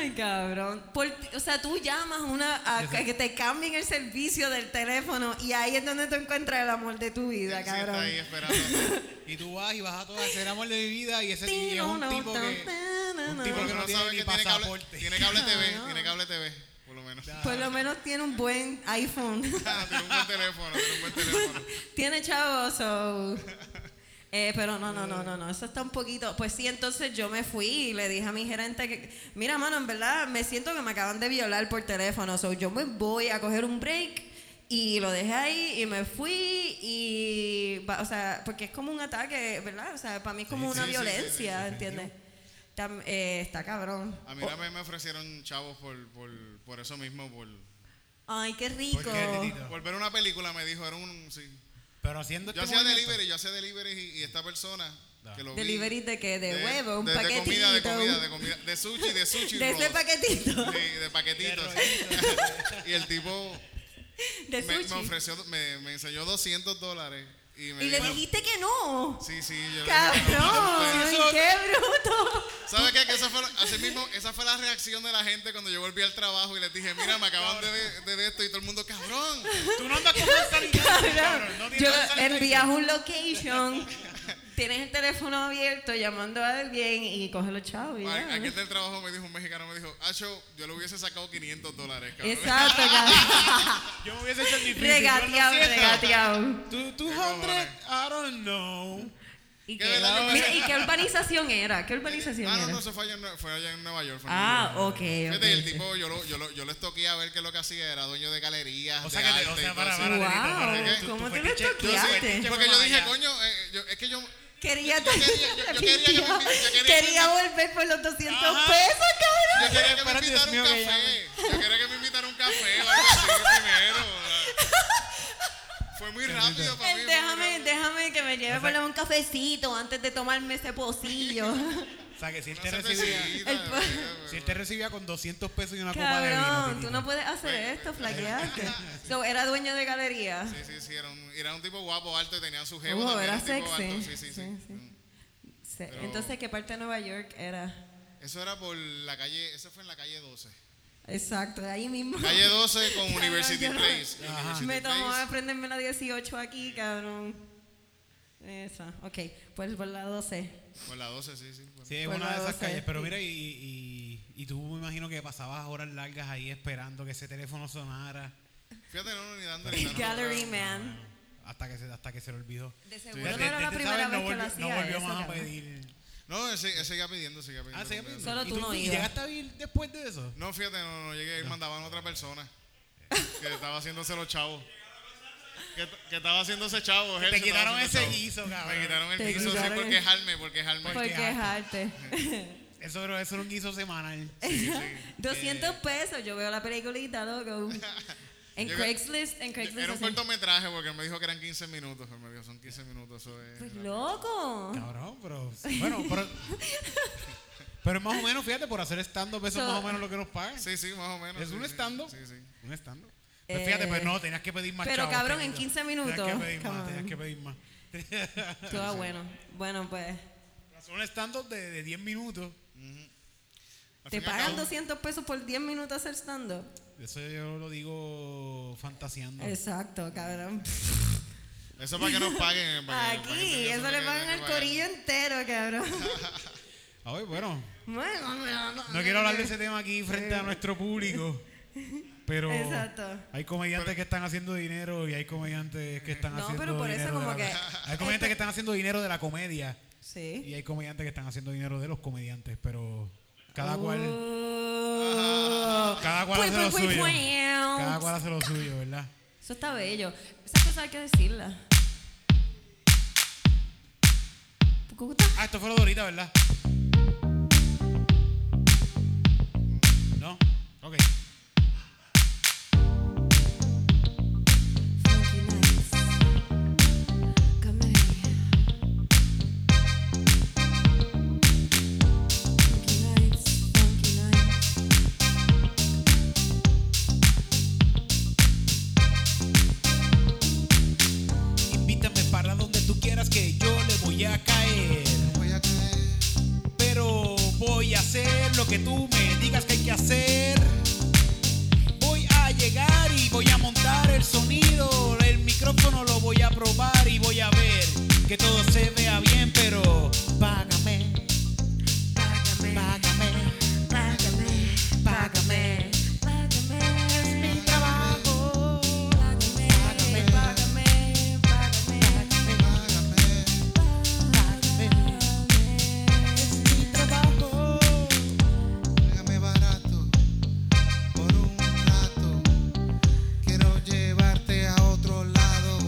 Ay, cabrón. Por- o sea, tú llamas una a que te cambien el servicio del teléfono y ahí es donde tú encuentras el amor de tu Sí, vida, está cabrón. ahí esperando. Y tú vas y vas a todas hacer amor de mi vida y ese Ti, y es un no, no, tipo que. tan, tan, un tan. tipo Pero que no no tiene sabe ni que tiene cable, pasaporte. tiene cable TV, Ah, No. tiene cable TV, por lo menos. Por lo menos tiene un buen *laughs* iPhone. *laughs* *laughs* tiene un buen teléfono, tiene un buen teléfono. tiene chavos, so. Eh, pero no, no, no, no, no, eso está un poquito. Pues sí, entonces yo me fui y le dije a mi gerente que, mira, mano, en verdad me siento que me acaban de violar por teléfono, so yo me voy a coger un break y lo dejé ahí y me fui y, va- o sea, porque es como un ataque, ¿verdad? O sea, para mí es como Sí, una sí, sí, sí, violencia, sí, ¿entiendes? Tam- eh, está cabrón. A mí también me ofrecieron chavos por, por, por eso mismo, por, Ay, qué ¿Por rico. qué, Titito? por ver una película, me dijo, era un... Sí. Pero haciendo Yo este hacía movimiento. delivery, yo hacía delivery y, y esta persona que lo vi- Delivery de qué, de, huevo, un de- de paquetito. comida, de comida, de comida, de sushi, de sushi *laughs* de ese rolls. paquetito. Sí, de paquetitos. y el tipo De me, sushi. me ofreció, me, me enseñó 200 dólares. Y, me y le dijo, dijiste que no. Sí, sí, yo le dije, Cabrón, "No, no, no, eso- qué bruto. no". ¿Sabes qué? Que esa fue, la- así mismo, esa fue la reacción de la gente cuando yo volví al trabajo y les dije, mira, me acaban de, de, de esto y todo el mundo, cabrón. Tú no andas con mentalidad. cabrón, no *laughs* Cabrón, tienes yo mentalidad. envías *laughs* un location, tienes el teléfono abierto llamando a alguien y coge los chavos. y A- ya. Aquel del trabajo me dijo, un mexicano me dijo, Acho, yo le hubiese sacado 500 dólares, cabrón. *laughs* Exacto, cabrón. Yo me hubiese hecho el difícil. regateado, yo lo siento. regateado. Tú, tú, hundred, I don't know. ¿Y Que qué, verdad que me- mira, ¿y qué urbanización era? ¿Qué urbanización Ah, no, era? no, eso fue allá en, Nue- fue allá en Nueva York. fue en ah, Nueva York. ok. okay. Fíjate, el tipo, yo lo, yo lo, yo lo estoqué a ver qué es lo que hacía, era dueño de galerías, O sea, de que te, arte o y sea todo para, eso. para, Wow, Titito, para, ¿cómo tu- tu te lo fetiche- tu toqueaste? fetiche Porque yo fue dije, allá. coño, eh, yo- es que yo... Quería, Yo quería- yo- *laughs* yo quería que me- yo quería que- Quería volver por los 200 Ajá. pesos, cabrón. Yo quería que me Espérate, Dios invitara un mío, que café. Yo quería que me invitara un café o algo así primero. *laughs* ¿verdad? Fue muy rápido para mí. fue Él, muy déjame, rápido. déjame que me lleve por un cafecito antes de tomarme *laughs* ese pocillo. *laughs* O sea, que si él te Una recibía... cervecita, El po- ¿verdad? *laughs* Si él te recibía con 200 pesos y una copa de vino. Cabrón, tú Titito. no puedes hacer *laughs* esto, flaqueaste. So, era dueño de galería. Sí, sí, sí, era un, era un tipo guapo, alto y tenía su jevo Oh, también, era un tipo sexy. alto. Sí, sí, sí. Sí, sí. Mm. Sí. Pero- Entonces, ¿qué parte de Nueva York era? Eso era por la calle, eso fue en la calle 12. Exacto, de ahí mismo. Calle 12 *laughs* con Cabrón, University yo no- Place. University Me tomó Place. aprenderme la 18 aquí, cabrón. Esa, ok. Pues por la 12. Por la 12, sí, sí. bueno. Sí, es Por una de la esas 12. calles. Pero mira, y, y, y tú me imagino que pasabas horas largas ahí esperando que ese teléfono sonara Fíjate, no, no, ni dándole. El no, no, gallery no, man. hasta que se, hasta que se le olvidó. De Tú seguro ya no te- era la te- te primera sabes, vez no que lo volvió- hacía. No volvió eso, más a cabrón. pedir. No, él, se- él seguía pidiendo, seguía pidiendo. Ah, ¿sí? Solo ¿Y tú no y ibas. llegaste a vivir después de eso? No, fíjate, no, no llegué, mandaban a otra persona que estaba haciéndose los chavos. Que, que estaba haciéndose chavos. él Te se estaba quitaron ese haciendo chavo. guiso, cabrón. Me quitaron el Te guiso, sí, quitaron por el- quejarme, por quejarme. Por qué quejarte. *laughs* Eso, era- eso era un guiso semanal. 200 pesos, yo veo la peliculita, loco. En Yo- Craigslist, en Craigslist. Era un hacen- cortometraje porque él me dijo que eran 15 minutos. Él me dijo, son 15 minutos, eso es... Pues loco. Cabrón, pero. Bueno, pero. Pero más o menos, fíjate, por hacer stand-up, eso es So- más o menos lo que nos pagan. Sí, sí, más o menos. es sí, un sí, stand-up. Sí, sí. Un stand-up. Pero fíjate, Eh, pues no, tenías que pedir más pero chavos, cabrón, tenías- en 15 Tenías minutos, que pedir come más, on. tenías que pedir más. Ah, Todo bueno. Bueno, pues. Hacer un stand-up de, de 10 minutos. Al ¿Te fin y al pagan cabo, 200 pesos por 10 minutos hacer stand-up? Eso yo lo digo fantaseando. Exacto, cabrón. Eso para que nos paguen. para que nos paguen, Aquí, eso para le que- pagan para que al corillo entero, cabrón. Ay, Ah, bueno. *laughs* Bueno, no, no, No quiero hablar de ese tema aquí frente a nuestro público. Pero Exacto. hay comediantes que están haciendo dinero y hay comediantes que están No, haciendo pero por eso dinero de como la- que- este Hay comediantes que están haciendo dinero de la comedia Sí. y hay comediantes que están haciendo dinero de los comediantes, pero cada cual Uh. Oh. cada cual Pui, hace pui, lo pui, suyo. pui. Cada cual hace lo suyo, ¿verdad? Eso está bello. Esas cosas hay que decirlas. Pucuta. Ah, esto fue lo de ahorita, ¿verdad? No. Ok. Funky nights. Camellia. Funky nights, funky nights. Invítame para donde tú quieras que yo le voy a caer. Voy a caer. Pero voy a hacer lo que tú me digas que hay que hacer. Voy a llegar y voy a montar el sonido. El micrófono lo voy a probar y voy a ver que todo se vea bien, pero págame. Págame, Págame, págame, Págame. págame. es mi trabajo. Págame, Págame, págame, págame. págame. Es mi trabajo. Págame barato por un rato. Quiero llevarte a otro lado.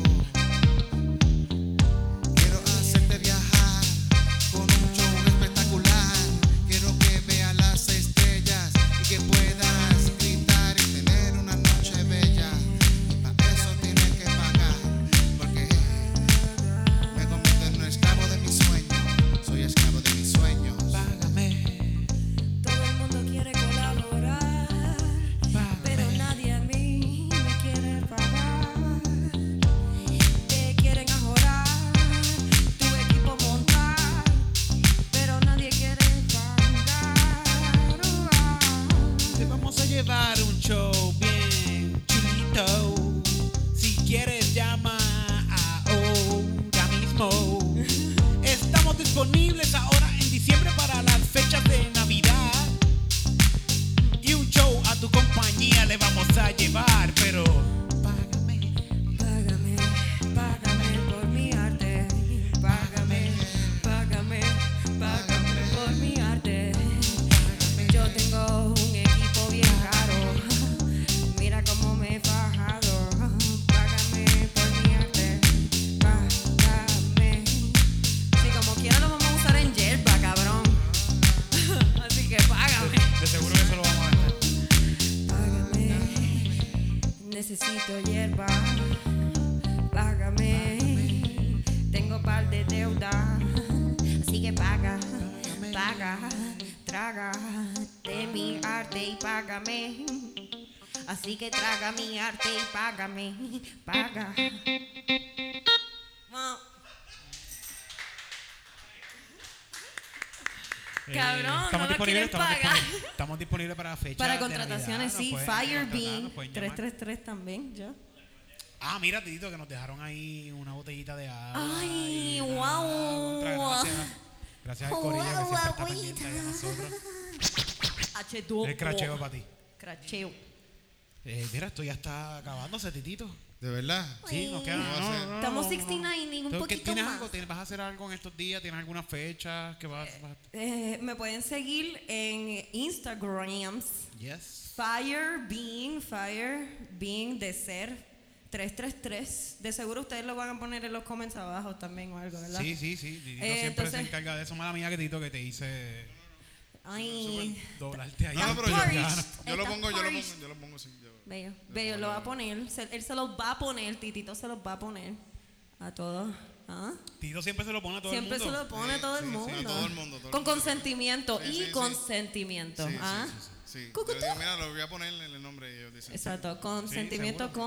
Quiero hacerte viajar con un show espectacular. Quiero que veas las estrellas y que puedas gritar y tener una noche bella. Y para eso tienes que pagar, porque me convierto en un esclavo de mis sueños. Soy esclavo de mis sueños. Págame. Todo el mundo quiere colaborar, pero eh. nadie a mí me quiere pagar. Te quieren ajorar, tu equipo montar, pero nadie quiere pagar. Te vamos a llevar un show bien chulito. Si quieres llama ahora *laughs* mismo. Estamos disponibles ahora en diciembre para las fechas de Navidad. Y un show a tu compañía le vamos a llevar, pero eh, págame, Págame, págame por mi arte. Págame, págame, págame por mi arte. Yo tengo un equipo bien caro. Mira cómo me he bajado. Págame por mi arte. Págame. Si como quiera lo vamos a usar en yerba, *laughs* cabrón. Así que págame. de seguro que eso lo vamos a hacer. Págame, necesito hierba. Págame, tengo par de deuda. Así que paga, paga, traga de mi arte y págame. Así que traga mi arte y págame. Paga. Wow. Cabrón, no lo quieren pagar. disponibles- estamos disponibles para fechas. Para de contrataciones, Navidad, sí. nos pueden contratar, Firebee nos pueden llamar. 333 también, yo. Ah, mira, Titito, que nos dejaron ahí una botellita de agua. Ay, y nada, guau. otra, Gracias, a- gracias al Corillo que siempre está pendiente de nosotros. H2O. El cracheo para ti. Cracheo. Eh, mira, esto ya está acabándose, Titito. ¿De verdad? Sí, nos queda. ¿Cómo va a no, ser? no, no, Estamos no. 69 y un ¿Tú qué- poquito ¿Tienes más. algo? ¿Tienes- ¿Vas a hacer algo en estos días? ¿Tienes alguna fecha que vas, vas a- Eh, me pueden seguir en Instagrams. Yes. Fire Being, Fire Being de ser 333. De seguro ustedes lo van a poner en los comments abajo también o algo, ¿verdad? Sí, sí, sí. Titito siempre Eh, se entonces- encarga de eso. Mala mía que Tito que te hice Ay, doblarte ahí. No, no, pero yo, Porridge. yo lo Está pongo, yo lo porridge. pongo, yo lo pongo sí, yo- bello, bello, lo va a poner. Se- él se los va a poner, Titito se los va a poner a todos. ¿Ah? Tito siempre se lo pone a todo Siempre el se mundo. lo pone Sí, a todo el sí, sí, a mundo. todo el mundo, todo Con el mundo. consentimiento Sí, y sí, sí. consentimiento. Sí, sí, ¿ah? sí, sí, sí. Yo Cucutú. le digo, mira, lo voy a poner en el nombre y ellos dicen. Exacto, consentimiento, seguro.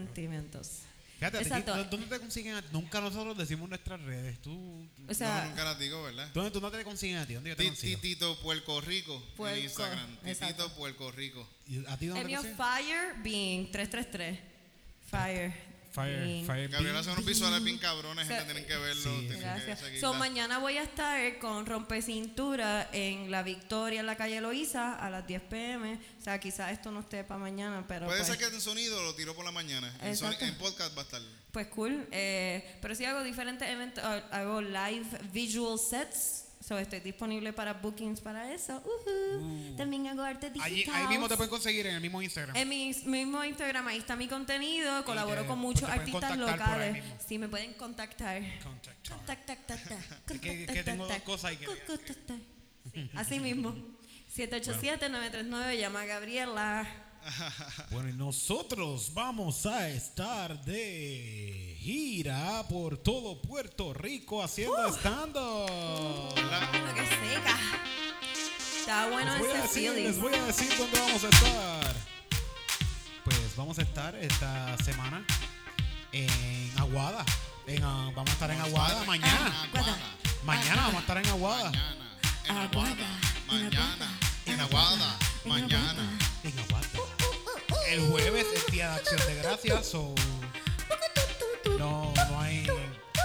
consentimientos. Fíjate, Titito, Exacto. ¿dónde te consiguen? a- Nunca nosotros decimos nuestras redes. Tú, O sea, no, nunca las digo, ¿verdad? ¿Dónde tú no te consiguen a ti? ¿Dónde yo te consigo? Titito Puerco Rico Puerco, en Instagram. exacto. Titito Puerco Rico. ¿Y ¿A ti dónde te El mío consiguen? Fire Being 333. Fire. Fire, Being. Fire. Gabriela hace unos visuales bien cabrones, O sea, gente, tienen que verlo. sí, tienen que Gracias. seguirla. So, mañana voy a estar con Rompecintura en La Victoria, en la calle Loíza, a las 10 pm. O sea, quizás esto no esté para mañana, pero. Puede pues, ser que en sonido lo tiro por la mañana. En, soni- Exacto. en podcast va a estar. Pues cool. Eh, pero sí hago diferentes eventos. ah, Hago live visual sets. So, estoy disponible para bookings para eso. Ujú. También hago arte digital. Uh. Allí, ahí mismo te pueden conseguir en el mismo Instagram. En mi mismo Instagram, ahí está mi contenido. Colaboro te- con pues, muchos te pueden artistas contactar por ahí locales. mismo. Sí, me pueden contactar. Contact. Tac, tac, tac, tac. Ah. Es que- es que tengo dos cosas ahí que- Cu, cu, tac, tac. Sí, Así mismo. 787-939, llama a Gabriela. *laughs* Bueno, y nosotros vamos a estar de gira por todo Puerto Rico haciendo Uh. stand-up. Lo que seca. Está bueno Les voy, a Ah, ese decir, les feeling. voy a decir dónde vamos a estar. Pues vamos a estar esta semana en Aguada. En, ah, vamos a estar en Aguada mañana. Ah, Aguada. Mañana vamos a estar en Aguada. Mañana. En Aguada. Mañana. En Aguada. Mañana. En Aguada. El jueves es día de acción de gracias. So no, no hay.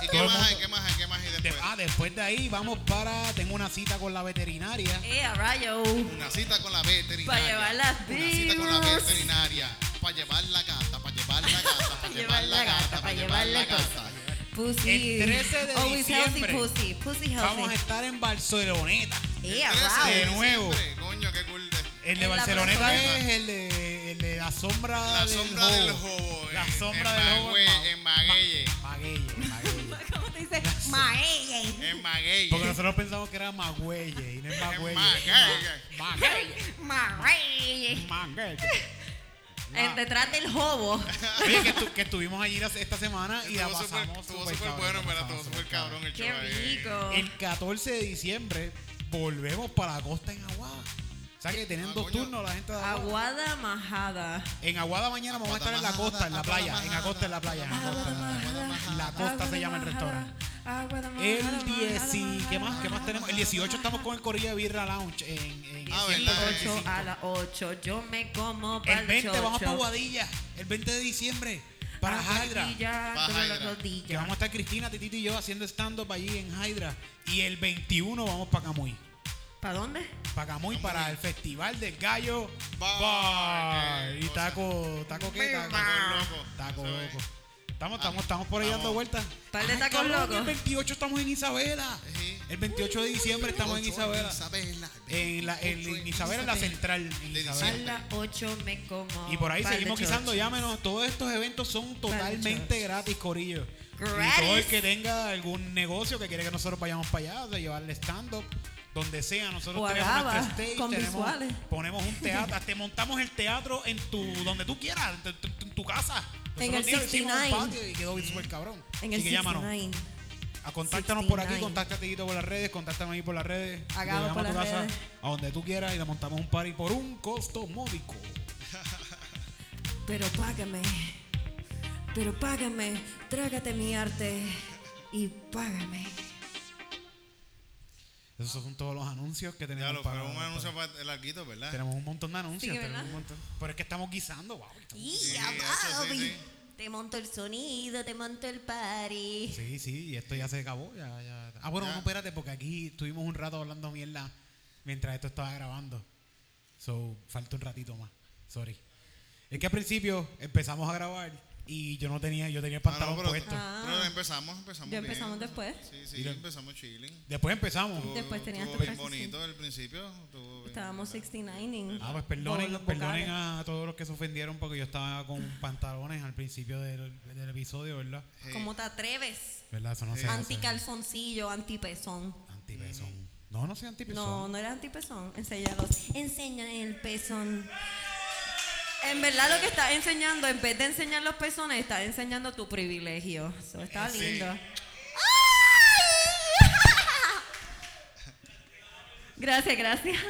¿Y todo qué el más hay? mundo- ¿Qué más hay? ¿Qué más hay De- después? ah, después de ahí vamos para. Tengo una cita con la veterinaria. Eh, a rayo. Una cita con la Para veterinaria. llevar las Una cita con la vibras. veterinaria. Para llevar la gata, para llevar la *laughs* gata, para llevar la gata, para llevar la gata. Pussy. El 13 de Always diciembre. healthy pussy. Pussy Vamos a healthy. estar en Barceloneta. Eh, a El 13 rayo. de nuevo. diciembre. Coño, qué cool. de- El de En la Barceloneta Barceloneta. es el de, el de la sombra La del sombra jobo. del jobo. La en- sombra en del jobo. Magüey, Ma- En eh, Magueye. Magueye, Magueye. *laughs* ¿Cómo te dice? Maelle. En Maguey. Porque nosotros pensamos que era Magüeye y no es Magüeye. Magueye. Magueye. Maelle. *laughs* Magueye. Eh, Detrás del *laughs* hobo. Oye, que, estu- que estuvimos allí la- esta semana y la Estuvo súper pasamos estuvo súper súper cabrón, bueno, la pero pasamos estuvo súper cabrón el Qué show ahí. eh. rico. El 14 de diciembre volvemos para la costa en Aguada. O sea que tienen Ah, dos coño. turnos la gente de Aguada. Aguada majada. En Aguada mañana vamos a estar en la Aguada costa, en la Majada, playa. En la Aguada costa, en la playa. en la costa. La costa se llama el restaurante. Ah, Aguada majada, El 10 y majada, ¿qué más? ¿Qué más majada, tenemos? El 18 estamos con el Corilla Birra Lounge en, en Ah, ¿verdad? 18 25. a las 8 yo me como pa'l El 20 vamos chocho. para Guadilla, el 20 de diciembre para Hydra. Rodilla, Para como la Hydra. Que rodilla. vamos a estar Cristina, Titito y yo haciendo stand up allí en Hydra y el 21 vamos para Camuy. ¿Para dónde? Para Camuy para el Festival del Gallo. Bar, Bar. qué Y cosa. taco, taco qué? Taco Bar. loco. Taco Eso es. Ah, loco. Estamos, estamos, estamos por ahí dando Vamos. vueltas. Par de Ay, tacos cabrón, locos. El 28 estamos en Isabela. Sí. El 28 de diciembre estamos en Ocho, Isabela. Eh, Isabela. En, la, en, en Isabel, en la central. en De Isabel. A diciembre. las 8 me como Y por ahí pa'l seguimos chocho. quizando, llámenos. Todos estos eventos son totalmente chocho. gratis, Corillo. Gratis. Y todo el que tenga algún negocio que quiere que nosotros vayamos para allá, o sea, llevarle stand-up, donde sea, nosotros O tenemos Agaba, nuestro stage, con tenemos- visuales. ponemos un teatro, te montamos el teatro en *laughs* tu, donde tú quieras, en tu, en tu casa. En Nosotros el hicimos un 69. patio y quedó bien súper cabrón. en Así el que llámanos. 69. A contáctanos por aquí, 69. contáctate Guito, por las redes, contáctanos ahí por las redes. Hagamos Llegamos por a tu las casa, redes. a donde tú quieras y le montamos un party por un costo módico. Pero págame. Pero págame. Trágate mi arte. Y págame. Esos son todos los anuncios que tenemos. Ya lo para- pero un para- anuncio para el arquito, ¿verdad? Ah, Tenemos un montón de anuncios. Sí, tenemos ¿verdad? un montón. Pero es que estamos guisando, wow. Sí, Y eso sí, sí. Te monto el sonido, te monto el party. Sí, sí, y esto ya se acabó. ya- ya- Ah, bueno, Ya. no, espérate, porque aquí estuvimos un rato hablando mierda mientras esto estaba grabando. So, falta un ratito más. Sorry. Es que al principio empezamos a grabar y yo no tenía, yo tenía el Ah, no, pantalón pero, puesto. Ah. pero empezamos, empezamos Ya bien. empezamos después. Sí, sí, Mira. empezamos chilling. Después empezamos. Estuvo- Después tenías estuvo tu bien practice, bonito el principio. estuvo bien- Estábamos 69 Ah, pues perdonen, perdonen a todos los que se ofendieron porque yo estaba con pantalones al principio del, del episodio, ¿verdad? Hey, ¿Cómo te atreves? ¿Verdad? Eso no se hace. Anticalzoncillo, antipezón. Antipezón. No, no soy antipezón. No, no era antipezón. Enséñalos. Enseña el pezón. En verdad lo que estás enseñando, en vez de enseñar los pezones, estás enseñando tu privilegio. Eso está Sí. lindo. *laughs* Gracias, gracias. *laughs*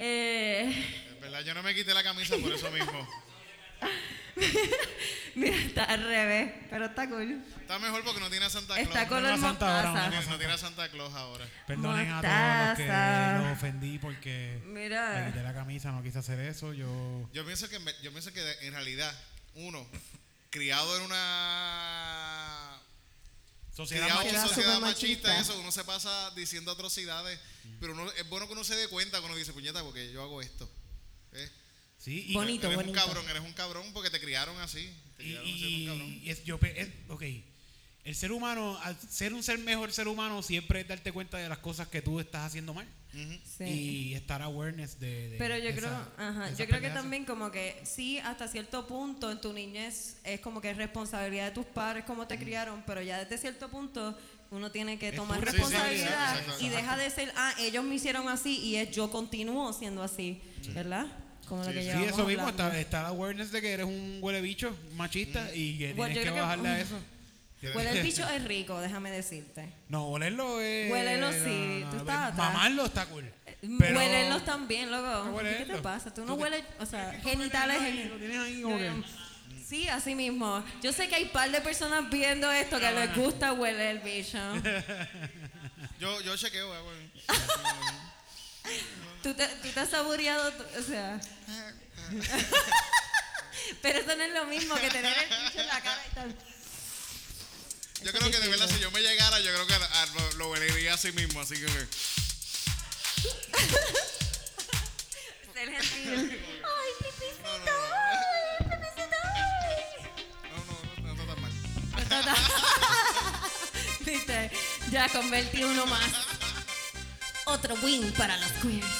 Eh, En verdad, yo no me quité la camisa por eso *laughs* mismo. mira, está al revés, pero está cool. Está mejor porque no tiene a Santa Claus. Está color Una santa ahora, mostaza. No, no tiene a Santa Claus ahora. Perdonen a todos los Mostaza. que los ofendí porque Mira. me quité la camisa, no quise hacer eso. Yo. Yo pienso que en, ve- yo pienso que de- en realidad uno criado en una Sociedad criado en machista. una sociedad Sociedad machista, machista. eso uno se pasa diciendo atrocidades, pero uno, es bueno que uno se dé cuenta cuando dice puñeta porque yo hago esto. ¿eh? Sí, y- Bonito, eres bonito. un cabrón, eres un cabrón porque te criaron así. Te Y, criaron siendo un y- cabrón. y es, yo, pe- es- ok, el ser humano, al ser un ser mejor ser humano, siempre es darte cuenta de las cosas que tú estás haciendo mal Sí. y estar awareness de. de Pero yo esa- creo, ajá, de yo esas creo que pendejas. también como que sí, hasta cierto punto en tu niñez es como que es responsabilidad de tus padres cómo te criaron, pero ya desde cierto punto uno tiene que Mm. Es tomar tu- sí, sí, responsabilidad exacto, exacto, y deja de ser, ah, ellos me hicieron así y es yo continúo siendo así, ¿verdad? Como lo que Sí, llevamos eso mismo, hablando. está, está el awareness de que eres un huele bicho, un machista y que Bueno, yo eh, tienes que creo que- bajarle a eso. *laughs* Huele el bicho es rico, déjame decirte. No, olerlo es. Huélelo sí, no, tú no, estás no, atrás. Mm, Mamarlo está cool. pero- Huélelos también, ¿Qué loco. ¿Qué te huélelos? pasa? Tú Tú no te- hueles, *laughs* o sea, genitales Lo tienes ahí como que- Sí, así mismo. Yo sé que hay par de personas viendo esto que les gusta huele el *laughs* bicho. Yo yo chequeo, eh, güey. Tú te, tú te has saboreado, tú- o *laughs* sea. Pero eso no es lo mismo que tener el bicho en la cara y tal. Yo creo que de verdad si yo me llegara, yo creo que ah, lo, lo huelería a sí mismo, así que Ser *laughs* gentil. Ay, no, pipicito. *laughs* no, Ay, pipicito. no, no, no, no está tan mal. Ay. Ta, ta. Viste, ya convertí uno más. Otro win para los queers.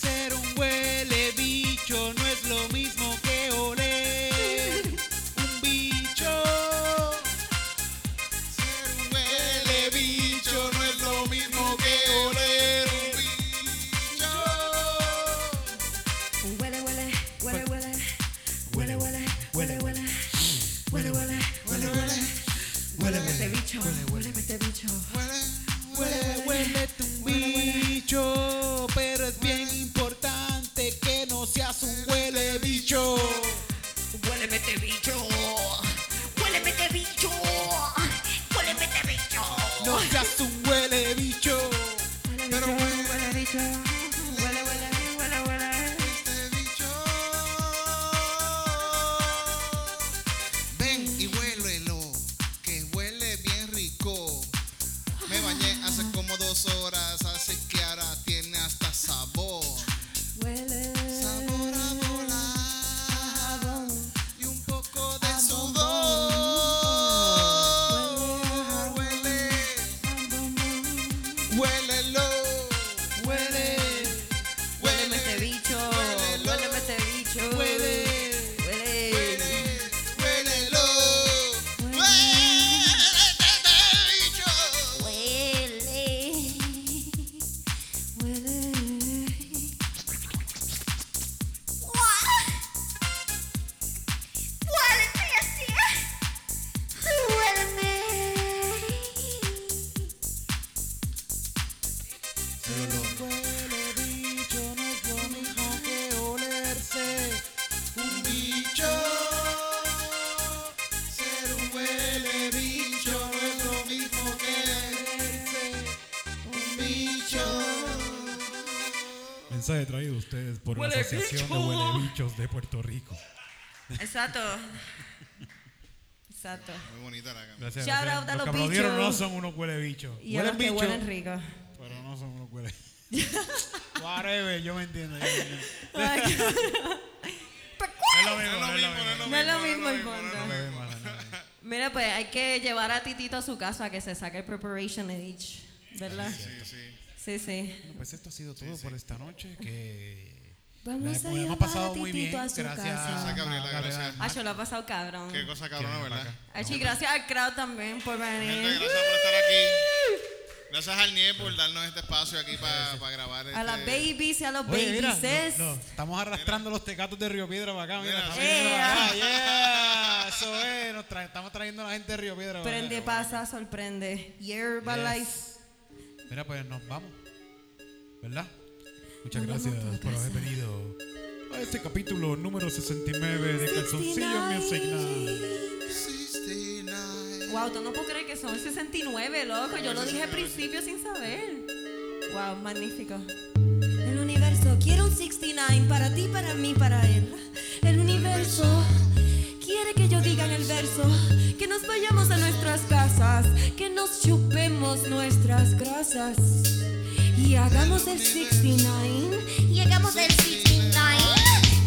Ser un huele bicho no es lo mismo que oler un bicho. Ser un huele bicho no es lo mismo que oler un bicho. Huele, huele, huele, huele. Huele, huele, huele, huele. Huele, huele, huele, huele. Huele, este bicho. Huele, este bicho. Huele, huele un bicho, pero es bien importante que no seas un huele bicho. Huéleme este bicho. Huéleme este bicho. Huéleme este bicho. No seas un huele bicho. Pero huele Huele, bicho. Huele, huele, huele, huele. este bicho. Ven y huélelo, que huele bien rico. Me bañé hace como dos horas, así que ahora tiene hasta sabor. Sabor a volar y un poco de sudor. Huele, huélelo, huele, Huéleme este bicho, Huélelo. huéleme este bicho. Huele. Huele. Huele, huélelo. Huélete, bicho. Huele bicho no es lo mismo que olerse un bicho. Ser un huele bicho no es lo mismo que ser un bicho. Mensaje traído a ustedes por la Asociación de Huele Bichos de Puerto Rico. Exacto. Exacto. Muy bonita la canción. Gracias, Shout gracias. out a Los los que aplaudieron bichos. no son unos huele bichos. Y a los Huelen que bichos, huelen *laughs* rico. pero no son unos *laughs* huele. Whatever, yo me entiendo. yo me entiendo. Ay, *laughs* Es lo mismo, No es lo mismo, No es lo mismo no el es lo fondo. mismo. No es lo mismo. Mira, pues hay que llevar a Titito a su casa a que se saque el preparation age, ¿verdad? Sí, sí. Sí, sí. Bueno, pues esto ha sido todo por esta noche. Que Vamos la a hemos- llevar hemos a pasado muy Titito bien. a su Gracias, casa. Gracias, Gabriela, gracias. Mar- Acho, Ah, lo ha pasado cabrón. Qué cosa cabrona, Tiene ¿verdad? paca. Acho, y gracias al crowd también por Gente, venir. gracias por estar aquí. Gracias al NIE por darnos este espacio aquí para grabar. A las este- babies y a los Oye, mira, babies. no- no, estamos arrastrando los tecatos de Río Piedra para acá. Mira, Mira, estamos sí. yendo para acá. Eh. Yeah, eso es. nos tra- estamos trayendo a la gente de Río Piedra. para acá. Prende, pasa, sorprende. Yerba Life. Yes. Mira, pues nos vamos. ¿Verdad? Muchas gracias por haber venido a este capítulo número 69 de Calzoncillo Music Night. 69. Wow, tú no puedo creer que son 69, loco. Yo lo dije al principio sin saber. Wow, magnífico. El universo quiere un 69 para ti, para mí, para él. El universo quiere que yo diga en el verso que nos vayamos a nuestras casas, que nos chupemos nuestras grasas y hagamos el 69. Y hagamos el 69.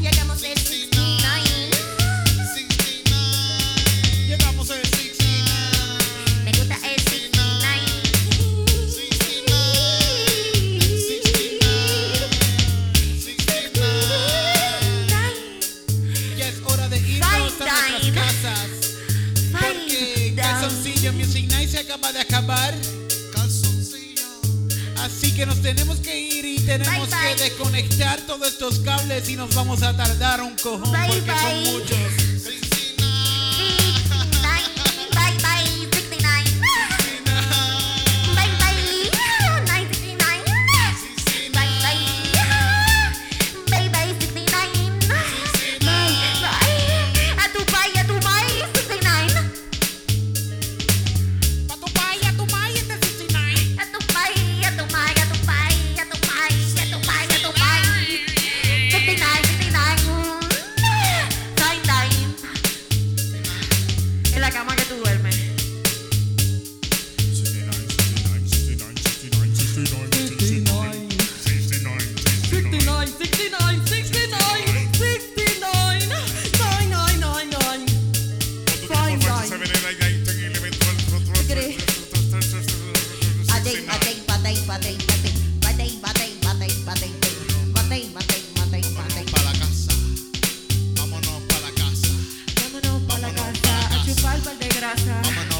Y hagamos el 69. 69. Llegamos al 69. Me gusta el 69. 69. 69. 69. Ya es hora de irnos a nuestras Fine time. casas. Porque Fine time. Calzoncillo Music Night se acaba de acabar. Calzoncillo. Así que nos tenemos que ir y tenemos Bye, que bye. desconectar todos estos cables y nos vamos a tardar un cojón Bye, porque bye. son muchos. 69. 69. Bye bye 69. Bye bye 99. Bye bye. Bye bye 69. Bye bye. A tu bye, a tu bye 69. Pa' tu país, a tu país, este 69. A tu país, a tu país, a tu país, a tu país, a tu país, a tu país. 59, 59. 99. En la cama que tú duermes. 69, 69, 69, 69, 999. Fine, fine. Batey, batey, batey, batey, batey. Batey, batey, batey, batey, batey. Batey, batey, batey, Vámonos batey. para la casa. Vámonos para la casa. Vámonos para la casa a chupar par de grasa. Vámonos